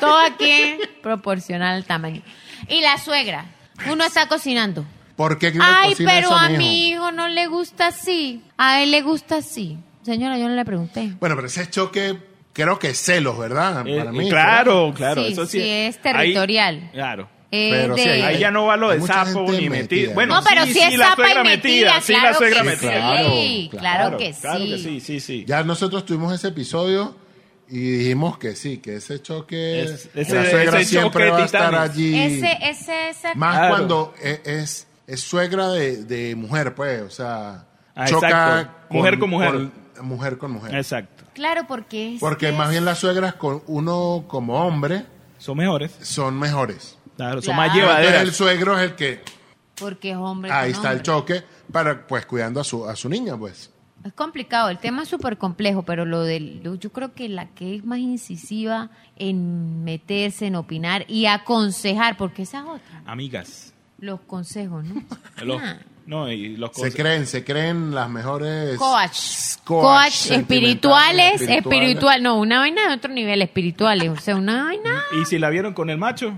Speaker 5: Todo aquí es proporcional al tamaño. Y la suegra. Uno está cocinando.
Speaker 6: ¿Por qué le
Speaker 5: Ay,
Speaker 6: cocina
Speaker 5: pero
Speaker 6: eso
Speaker 5: a
Speaker 6: mi hijo?
Speaker 5: mi hijo no le gusta así. A él le gusta así. Señora, yo no le pregunté.
Speaker 6: Bueno, pero ese choque, creo que es celos, ¿verdad?
Speaker 7: Eh,
Speaker 6: Para mí.
Speaker 7: claro, claro.
Speaker 5: Sí,
Speaker 7: eso sí,
Speaker 5: sí, es
Speaker 7: Ahí-
Speaker 5: territorial.
Speaker 7: claro.
Speaker 5: Eh,
Speaker 6: Pero sí,
Speaker 5: de-
Speaker 7: Ahí ya no va lo
Speaker 6: Hay
Speaker 7: de
Speaker 6: mucha
Speaker 7: sapo
Speaker 6: gente
Speaker 7: ni
Speaker 6: metida.
Speaker 7: metido. Bueno,
Speaker 5: no, pero
Speaker 7: sí,
Speaker 5: si es
Speaker 7: sí, la
Speaker 5: zapa
Speaker 7: suegra
Speaker 5: y metida.
Speaker 7: metida. Sí, la
Speaker 5: claro
Speaker 7: suegra
Speaker 5: que
Speaker 7: metida.
Speaker 5: Sí,
Speaker 6: Claro,
Speaker 5: claro, que sí.
Speaker 7: Claro que sí, sí, sí.
Speaker 6: Ya nosotros tuvimos ese episodio y dijimos que sí, que ese choque,
Speaker 7: Es- ese-
Speaker 6: la suegra
Speaker 7: ese
Speaker 6: siempre
Speaker 7: choque
Speaker 6: va a estar
Speaker 7: titanes.
Speaker 6: allí.
Speaker 5: Ese, ese, ese.
Speaker 6: Más
Speaker 7: Claro.
Speaker 6: cuando e- es, es, suegra de, de mujer, pues, o sea,
Speaker 7: Ah,
Speaker 6: choca
Speaker 7: exacto. Mujer con mujer.
Speaker 6: con- mujer con mujer.
Speaker 7: Exacto.
Speaker 5: Claro, porque es.
Speaker 6: Porque
Speaker 5: que
Speaker 6: más
Speaker 5: es-
Speaker 6: bien las suegras con uno como hombre
Speaker 7: Son mejores.
Speaker 6: son mejores.
Speaker 7: Claro, son
Speaker 5: Claro.
Speaker 7: más
Speaker 6: Entonces el
Speaker 7: llevaderas.
Speaker 6: suegro es el que
Speaker 5: Porque es hombre.
Speaker 6: ahí
Speaker 5: con
Speaker 6: está el
Speaker 5: hombre.
Speaker 6: choque para pues cuidando a su a su niña, pues.
Speaker 5: Es complicado, el tema es súper complejo, pero lo del, lo- yo creo que la que es más incisiva en meterse, en opinar y aconsejar, porque esa es otra,
Speaker 7: Amigas.
Speaker 5: los consejos, ¿no?
Speaker 7: Los-
Speaker 5: Ah,
Speaker 7: no, y los
Speaker 6: Se creen, se creen las mejores
Speaker 5: Coach,
Speaker 6: coach
Speaker 5: coach,
Speaker 6: sentimentales,
Speaker 5: espirituales,
Speaker 6: espirituales.
Speaker 5: espiritual, no, una vaina de otro nivel, espirituales, o sea, una vaina...
Speaker 7: Y si la vieron con el macho,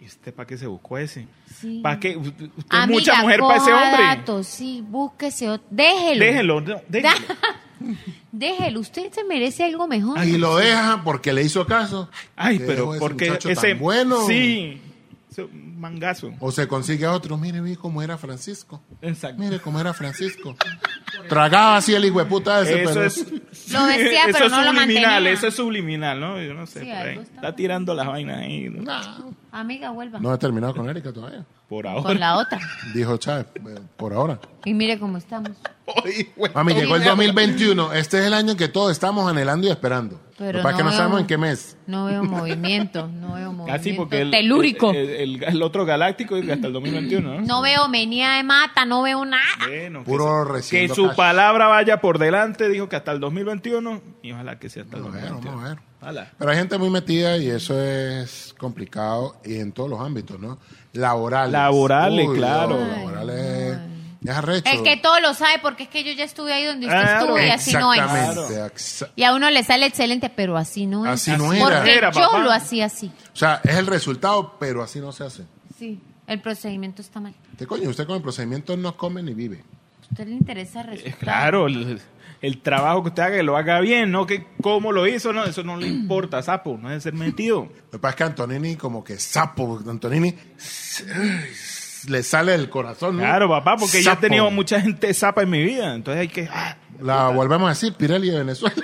Speaker 7: ¿y usted para qué se buscó ese?
Speaker 5: Sí.
Speaker 7: ¿Para qué? Usted es
Speaker 5: Amiga,
Speaker 7: mucha mujer para ese
Speaker 5: coja
Speaker 7: hombre.
Speaker 5: datos, sí, búsquese, ot- déjelo,
Speaker 7: Déjelo, no, déjelo.
Speaker 5: [laughs] déjelo, usted se merece algo mejor.
Speaker 6: Y lo deja porque le hizo caso.
Speaker 7: Ay,
Speaker 6: Te dejo
Speaker 7: pero
Speaker 6: ese
Speaker 7: porque
Speaker 6: muchacho
Speaker 7: ese,
Speaker 6: tan bueno.
Speaker 7: Sí, ese mangazo.
Speaker 6: O se consigue otro, mire, vi cómo era Francisco.
Speaker 7: Exacto.
Speaker 6: Mire cómo era Francisco. Tragaba así el hijo de puta ese,
Speaker 7: Eso
Speaker 6: pero [laughs]
Speaker 7: es,
Speaker 5: Lo decía,
Speaker 7: eso
Speaker 5: pero
Speaker 7: es
Speaker 5: no lo
Speaker 7: subliminal,
Speaker 5: mantenía.
Speaker 7: eso es subliminal, ¿no? Yo no sé.
Speaker 5: Sí,
Speaker 7: por ahí.
Speaker 5: algo
Speaker 7: Está
Speaker 5: estaba-
Speaker 7: tirando las vainas ahí.
Speaker 6: no,
Speaker 5: Amiga, vuelva.
Speaker 6: no ha terminado con Erika todavía.
Speaker 7: Por ahora.
Speaker 5: Con
Speaker 7: [laughs]
Speaker 5: la otra.
Speaker 6: Dijo Chávez, por ahora.
Speaker 5: Y mire cómo estamos.
Speaker 6: Mami, llegó el
Speaker 5: Mira.
Speaker 6: 2021. Este es el año que todos estamos anhelando y esperando.
Speaker 5: Pero
Speaker 6: Lo que pasa es que
Speaker 5: no
Speaker 6: no sabemos
Speaker 5: veo-
Speaker 6: en qué mes.
Speaker 5: No veo movimiento, no veo movimiento.
Speaker 7: Casi porque el,
Speaker 5: telúrico.
Speaker 7: El, el- el otro galáctico y hasta el 2021, ¿no?
Speaker 5: no veo menía de mata, no veo nada.
Speaker 6: Puro
Speaker 7: Que
Speaker 6: recién.
Speaker 7: su palabra vaya por delante, dijo que hasta el 2021 y ojalá que sea hasta el 2021.
Speaker 6: vamos a ver.
Speaker 7: Ojalá.
Speaker 6: Pero hay gente muy metida y eso es complicado y en todos los ámbitos, ¿no? Laborales.
Speaker 7: Laborales,
Speaker 6: Uy,
Speaker 7: claro.
Speaker 6: no, laborales. Es arrecho.
Speaker 5: El que todo lo sabe porque es que yo ya estuve ahí donde usted
Speaker 6: Claro.
Speaker 5: estuvo y así no es.
Speaker 6: Exactamente, exa-
Speaker 5: Y a uno le sale excelente, pero así no es.
Speaker 6: Así no era.
Speaker 5: Porque
Speaker 6: Era,
Speaker 5: yo
Speaker 6: papá.
Speaker 5: lo hacía así.
Speaker 6: O sea, es el resultado, pero así no se hace.
Speaker 5: Sí, el procedimiento está mal.
Speaker 6: ¿Qué coño? Usted con el procedimiento no come ni vive.
Speaker 5: ¿A usted le interesa el resultado?
Speaker 7: Eh, Claro, el, el trabajo que usted haga, que lo haga bien, no que cómo lo hizo, no, eso no le importa, sapo, no debe ser metido.
Speaker 6: Lo que pasa es que Antonini, como que sapo, Antonini le sale del corazón. ¿no?
Speaker 7: Claro, papá, porque yo he
Speaker 6: Sapo.
Speaker 7: tenido mucha gente sapa en mi vida, entonces hay que...
Speaker 5: Ah,
Speaker 6: La volvemos a decir, Pirelli
Speaker 7: [laughs]
Speaker 6: de Venezuela.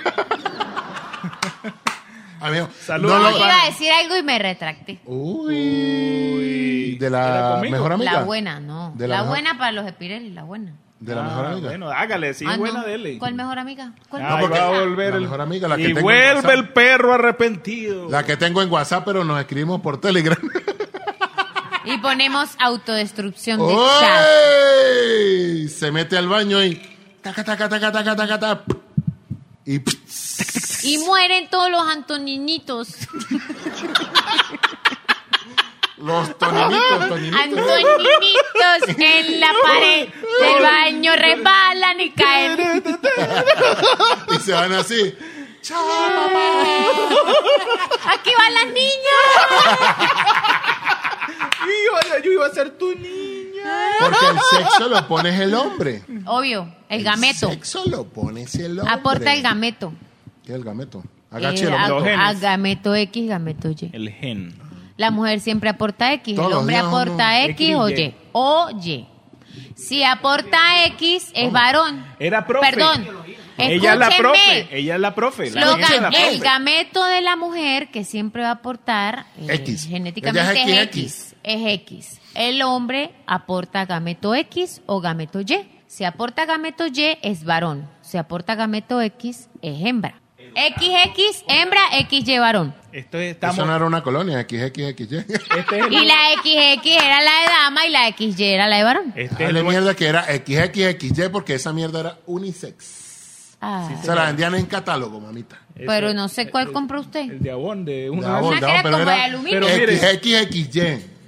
Speaker 6: Amigo,
Speaker 7: Saludos.
Speaker 6: no
Speaker 5: No,
Speaker 6: lo-
Speaker 5: iba a decir algo y me retracté.
Speaker 6: Uy, de
Speaker 7: ¿Era
Speaker 6: la
Speaker 7: conmigo?
Speaker 6: mejor amiga.
Speaker 5: La buena, no.
Speaker 6: De
Speaker 5: La,
Speaker 6: la mejor-
Speaker 5: buena para los de Pirelli, la buena.
Speaker 6: De la
Speaker 7: Ah,
Speaker 6: mejor amiga.
Speaker 7: Bueno, hágale, sí,
Speaker 5: Ah, no.
Speaker 7: buena dele.
Speaker 5: ¿Cuál mejor amiga? ¿Cuál
Speaker 7: Ah,
Speaker 5: mejor
Speaker 7: ahí va a
Speaker 5: amiga?
Speaker 7: volver
Speaker 6: La
Speaker 7: el-
Speaker 6: mejor amiga, la que
Speaker 7: y
Speaker 6: tengo en
Speaker 7: vuelve
Speaker 6: WhatsApp.
Speaker 7: el perro arrepentido.
Speaker 6: La que tengo en WhatsApp, pero nos escribimos por Telegram.
Speaker 5: Y ponemos autodestrucción de
Speaker 6: Oh.
Speaker 5: chat.
Speaker 6: ¡Ey! Se mete al baño y. Taca, taca, taca, taca, taca, taca. Y.
Speaker 5: Y mueren todos los antoninitos.
Speaker 6: Los toninitos, toninitos.
Speaker 5: Antoninitos en la pared del baño resbalan y caen.
Speaker 6: Y se van así.
Speaker 5: Aquí van las niñas.
Speaker 7: Yo, iba a ser tu niña.
Speaker 6: Porque el sexo lo pones el hombre.
Speaker 5: Obvio, el gameto.
Speaker 6: El sexo lo pones el hombre.
Speaker 5: Aporta el gameto. Eh,
Speaker 6: ¿Qué es el gameto? Agache
Speaker 5: El
Speaker 6: el
Speaker 7: Los
Speaker 6: hombre.
Speaker 7: genes.
Speaker 5: gameto X, gameto Y.
Speaker 7: El gen.
Speaker 5: La mujer siempre aporta X,
Speaker 6: Todos
Speaker 5: el hombre
Speaker 6: los días uno.
Speaker 5: aporta X o Y. O Y. Si aporta X, es varón.
Speaker 7: Era profe.
Speaker 5: Perdón.
Speaker 7: Ella es la
Speaker 5: Escúchenme.
Speaker 7: profe. Ella es la profe. La
Speaker 5: Lo
Speaker 7: niña
Speaker 5: ga-
Speaker 7: es la profe.
Speaker 5: el gameto de la mujer que siempre va a aportar eh,
Speaker 6: X.
Speaker 5: genéticamente
Speaker 6: Ella
Speaker 5: es
Speaker 6: es
Speaker 5: X, es X. El hombre aporta gameto X o gameto Y. Si aporta gameto Y es varón. Si aporta gameto X es hembra. XX hembra, XY varón.
Speaker 7: Esto es-
Speaker 6: Estamos... Eso no
Speaker 7: estamos...
Speaker 6: era una colonia, XXXY.
Speaker 7: Este es el-
Speaker 5: Y la XX era la de dama y la XY era la de varón.
Speaker 7: este es el-
Speaker 6: Dale mierda que era XXXY porque esa mierda era unisex.
Speaker 5: Ah,
Speaker 6: Se la vendían en catálogo, mamita.
Speaker 5: pero no sé cuál compró usted.
Speaker 7: El de abón de una
Speaker 6: Dabo,
Speaker 5: Una que
Speaker 6: dabo,
Speaker 5: era
Speaker 6: pero
Speaker 5: como de
Speaker 6: era
Speaker 5: aluminio.
Speaker 7: Pero mire.
Speaker 6: XXXY,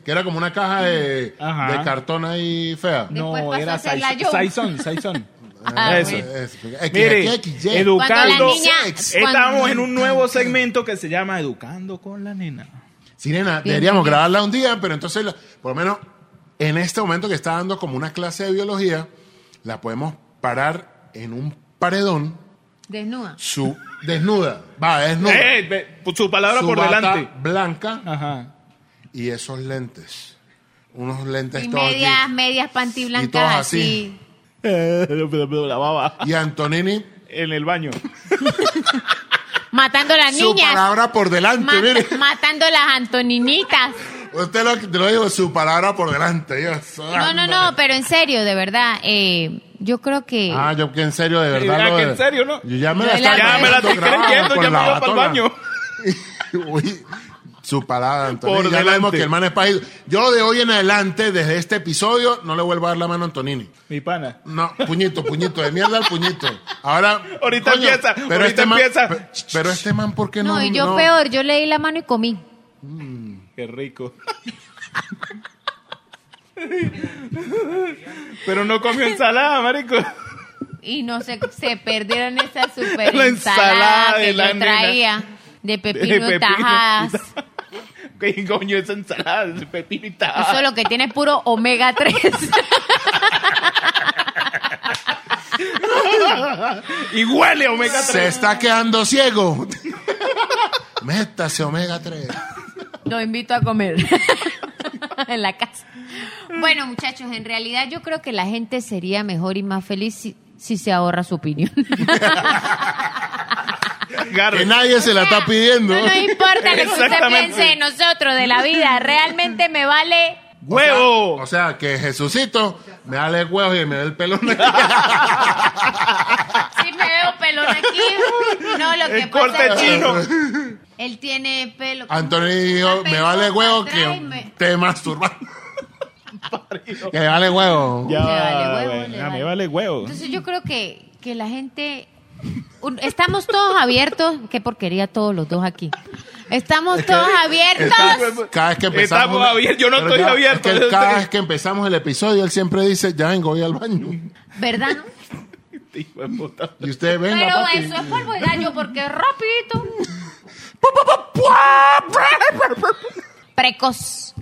Speaker 6: que era como una caja de,
Speaker 7: Ajá.
Speaker 6: de cartón ahí fea.
Speaker 5: Después
Speaker 7: No,
Speaker 5: pasó
Speaker 7: era
Speaker 5: a ser la
Speaker 7: Saison.
Speaker 5: yo.
Speaker 7: Saison, Saison.
Speaker 5: Ah,
Speaker 7: Eso.
Speaker 5: bueno.
Speaker 6: Es-
Speaker 7: Mire,
Speaker 6: XXXY.
Speaker 7: educando.
Speaker 5: Cuando la niña-
Speaker 7: Estamos
Speaker 5: cuando-
Speaker 7: en un nuevo segmento que se llama Educando con la nena.
Speaker 6: Sirena, deberíamos grabarla un día, pero entonces, la- por lo menos en este momento que está dando como una clase de biología, la podemos parar en un paredón,
Speaker 5: Desnuda.
Speaker 6: su desnuda, va, desnuda.
Speaker 7: Eh, ve, su palabra
Speaker 6: Su
Speaker 7: por
Speaker 6: bata
Speaker 7: delante.
Speaker 6: blanca
Speaker 7: Ajá.
Speaker 6: y esos lentes. Unos lentes
Speaker 5: Y
Speaker 6: todos
Speaker 5: medias,
Speaker 6: aquí.
Speaker 5: medias panty
Speaker 6: todas
Speaker 5: blancas
Speaker 6: así.
Speaker 5: así.
Speaker 7: Eh, La baba.
Speaker 6: Y Antonini,
Speaker 7: En el baño.
Speaker 5: Matando a las
Speaker 6: su
Speaker 5: niñas.
Speaker 6: palabra por delante,
Speaker 5: Mata-
Speaker 6: mire.
Speaker 5: matando las antoninitas.
Speaker 6: Usted lo, te lo dijo, su palabra por delante. Yo,
Speaker 5: No, no, no, pero en serio, de verdad, eh, yo creo que...
Speaker 6: Ah, yo que en serio, de
Speaker 7: Ya
Speaker 6: verdad. lo
Speaker 7: que
Speaker 6: de-
Speaker 7: en serio, ¿no?
Speaker 6: Yo ya me
Speaker 5: Yo
Speaker 6: la
Speaker 5: la-
Speaker 6: estaba
Speaker 7: Ya me la estoy
Speaker 6: grabando
Speaker 7: creyendo,
Speaker 6: con
Speaker 7: ya me
Speaker 6: la
Speaker 7: iba para el
Speaker 6: batona.
Speaker 7: baño.
Speaker 6: [laughs] Uy, su palabra, Antonini.
Speaker 7: Por
Speaker 6: ya
Speaker 7: delante.
Speaker 6: vemos que el man es país. Yo de hoy en adelante, desde este episodio, no le vuelvo a dar la mano a Antonini.
Speaker 7: Mi pana.
Speaker 6: No, puñito, puñito, de mierda al puñito. Ahora. este
Speaker 7: Ahorita empieza, ahorita
Speaker 6: man,
Speaker 7: empieza.
Speaker 6: pe- Pero este man, ¿por qué no?
Speaker 5: no, y yo
Speaker 6: no?
Speaker 5: peor, yo le di la mano y comí.
Speaker 7: Qué [laughs] rico. Pero no comió ensalada, marico.
Speaker 5: Y no sé, se perdieron [laughs] esa super
Speaker 7: La ensalada
Speaker 5: ensalada
Speaker 7: de
Speaker 5: que
Speaker 7: la
Speaker 5: yo
Speaker 7: nena.
Speaker 5: traía. De pepino y [laughs] tajadas.
Speaker 7: ¿Qué coño es ensalada? Es pepino y tajadas.
Speaker 5: Eso es lo que tiene es puro omega 3.
Speaker 7: Y huele a omega 3.
Speaker 6: Se está quedando ciego. [laughs] Métase omega 3.
Speaker 5: Lo invito a comer [laughs] en la casa. Bueno, muchachos, en realidad yo creo que la gente sería mejor y más feliz si, si se ahorra su opinión.
Speaker 6: Que nadie se la está
Speaker 7: [laughs]
Speaker 6: pidiendo.
Speaker 5: No nos importa lo que usted
Speaker 7: Exactamente.
Speaker 5: piense de nosotros, de la vida. Realmente me vale
Speaker 7: ¡Huevo!
Speaker 6: O sea, que Jesucito me da el huevo y me da el pelón.
Speaker 7: [laughs]
Speaker 5: Sí me veo pelón aquí. No, lo que
Speaker 6: El
Speaker 5: pasa
Speaker 6: corte
Speaker 5: es que
Speaker 6: chino.
Speaker 5: Él tiene pelo.
Speaker 6: Antonio dijo, me vale huevo que te masturbas. que me vale huevo.
Speaker 7: Ya,
Speaker 5: vale huevo,
Speaker 7: bueno,
Speaker 5: le
Speaker 7: ya
Speaker 5: vale.
Speaker 7: me vale huevo.
Speaker 5: Entonces yo creo que, que la gente... un- estamos todos abiertos. Qué porquería todos los dos aquí. Estamos todos abiertos.
Speaker 6: Cada vez que empezamos.
Speaker 7: Estamos abiertos, yo no
Speaker 6: Pero
Speaker 7: estoy
Speaker 6: ya,
Speaker 7: abierto.
Speaker 6: es que cada vez que empezamos el episodio, él siempre dice, ya vengo, voy al baño.
Speaker 5: ¿Verdad?
Speaker 7: [laughs]
Speaker 5: no?
Speaker 6: Y usted venga,
Speaker 5: Pero
Speaker 6: papi.
Speaker 5: eso es polvo de gallo porque es rapidito. Precoz.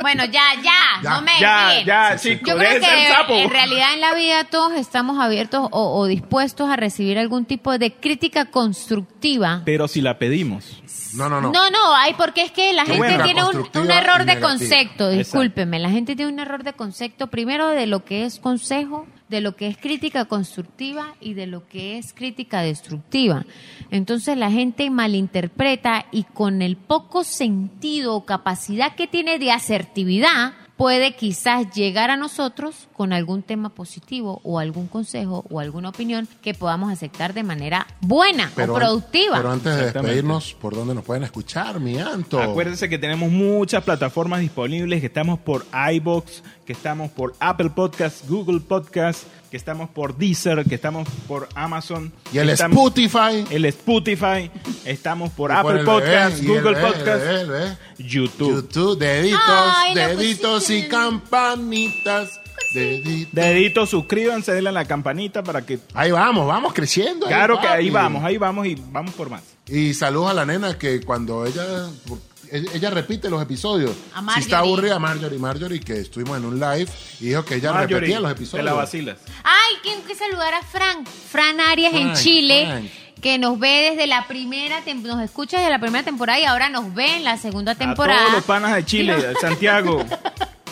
Speaker 5: Bueno, ya, ya,
Speaker 7: Ya,
Speaker 5: no me
Speaker 7: ya,
Speaker 5: desvíen.
Speaker 7: ya, chicos,
Speaker 5: Eh, Yo creo
Speaker 7: déjense
Speaker 5: que
Speaker 7: el sapo.
Speaker 5: en realidad en la vida todos estamos abiertos o, o dispuestos a recibir algún tipo de crítica constructiva.
Speaker 7: Pero si la pedimos.
Speaker 6: No,
Speaker 5: No, no, hay porque es que la
Speaker 7: Qué
Speaker 5: gente
Speaker 7: buena.
Speaker 5: tiene un,
Speaker 7: Constructiva
Speaker 5: un error
Speaker 7: y
Speaker 5: de
Speaker 7: negativa.
Speaker 5: concepto,
Speaker 7: Exacto.
Speaker 5: discúlpeme, la gente tiene un error de concepto primero de lo que es consejo, de lo que es crítica constructiva y de lo que es crítica destructiva. Entonces la gente malinterpreta y con el poco sentido o capacidad que tiene de asertividad puede quizás llegar a nosotros con algún tema positivo o algún consejo o alguna opinión que podamos aceptar de manera buena o productiva.
Speaker 6: Pero antes de
Speaker 7: Exactamente.
Speaker 6: despedirnos, ¿por dónde nos pueden escuchar, mi Anto?
Speaker 7: Acuérdense que tenemos muchas plataformas disponibles, que estamos por iBox, que estamos por Apple Podcasts, Google Podcasts, que estamos por Deezer, que estamos por Amazon.
Speaker 6: Y el
Speaker 7: Estamos-
Speaker 6: Spotify.
Speaker 7: El Spotify. Estamos por
Speaker 6: Y por
Speaker 7: Apple
Speaker 6: el
Speaker 7: Podcasts,
Speaker 6: bebé, y el
Speaker 7: Google
Speaker 6: bebé, el
Speaker 7: Podcasts,
Speaker 6: bebé, el bebé.
Speaker 7: YouTube.
Speaker 6: YouTube, deditos,
Speaker 7: Ay, lo
Speaker 5: pues,
Speaker 6: deditos y campanitas. Deditos.
Speaker 7: Dedito, suscríbanse, denle a la campanita para que...
Speaker 6: Ahí vamos, vamos creciendo. ahí,
Speaker 7: Claro que ahí
Speaker 6: papi.
Speaker 7: vamos, ahí vamos y vamos por más.
Speaker 6: Y saludos a la nena que cuando ella ella ella repite los episodios.
Speaker 7: A
Speaker 6: Si
Speaker 7: Marjorie.
Speaker 6: está aburrida, Marjorie, Marjorie, que estuvimos en un live y dijo que ella
Speaker 7: Marjorie,
Speaker 6: repetía los
Speaker 7: te
Speaker 6: episodios.
Speaker 7: la vacilas.
Speaker 5: Ay, quiero que saludar a Frank. Fran Arias en
Speaker 6: Frank,
Speaker 5: Chile,
Speaker 6: Frank.
Speaker 5: que nos ve desde la primera, tem- nos escucha desde la primera temporada y ahora nos ve en la segunda
Speaker 7: A todos
Speaker 5: temporada.
Speaker 7: los panas
Speaker 5: [laughs]
Speaker 7: de Chile, de Santiago.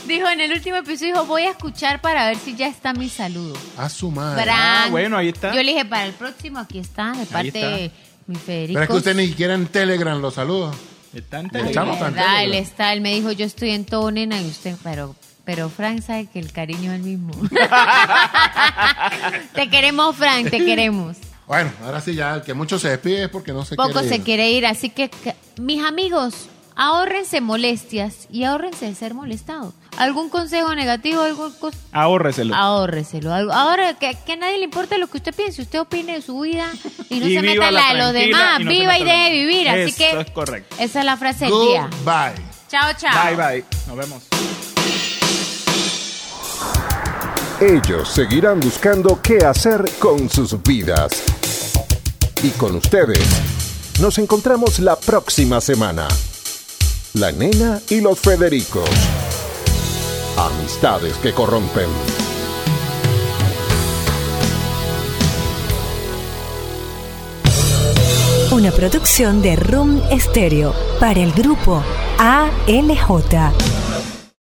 Speaker 5: Dijo en el último episodio, dijo, voy a escuchar para ver si ya está mi saludo.
Speaker 6: A su madre.
Speaker 5: Frank.
Speaker 7: Ah, bueno, ahí está.
Speaker 5: Yo le dije, para el próximo, aquí está, de parte
Speaker 6: está.
Speaker 5: de mi Federico.
Speaker 6: Pero es que usted ni siquiera en Telegram los saluda.
Speaker 7: Está en
Speaker 5: De verdad, él está, él me dijo, yo estoy en todo, nena, y usted, pero... Pero Frank sabe que el cariño es el mismo. te queremos, Frank, te queremos.
Speaker 6: Bueno, ahora sí ya, el que mucho se despide es porque no se
Speaker 5: Poco
Speaker 6: quiere
Speaker 5: se
Speaker 6: ir.
Speaker 5: quiere ir, así que, que- mis amigos, ahórrense molestias y ahórrense de ser molestados. ¿Algún consejo negativo? ¿Algún cos-
Speaker 7: Ahórreselo.
Speaker 5: Ahórreselo. Algo- Ahora que, que a nadie le importa lo que usted piense, usted opine de su vida y no
Speaker 7: Y
Speaker 5: se meta
Speaker 7: vívala
Speaker 5: en la de los
Speaker 7: tranquila
Speaker 5: demás.
Speaker 7: y no se
Speaker 5: Viva
Speaker 7: meta
Speaker 5: y
Speaker 7: en la
Speaker 5: debe
Speaker 7: de-
Speaker 5: vivir, así
Speaker 7: Eso
Speaker 5: que
Speaker 7: es correcto.
Speaker 5: esa es la frase del día.
Speaker 6: Goodbye.
Speaker 5: Chao, chao.
Speaker 7: Bye, bye. Nos vemos.
Speaker 8: Ellos seguirán buscando qué hacer con sus vidas. Y con ustedes, nos encontramos la próxima semana. La nena y los Federicos. Amistades que corrompen.
Speaker 4: Una producción de Room Stereo para el grupo ALJ.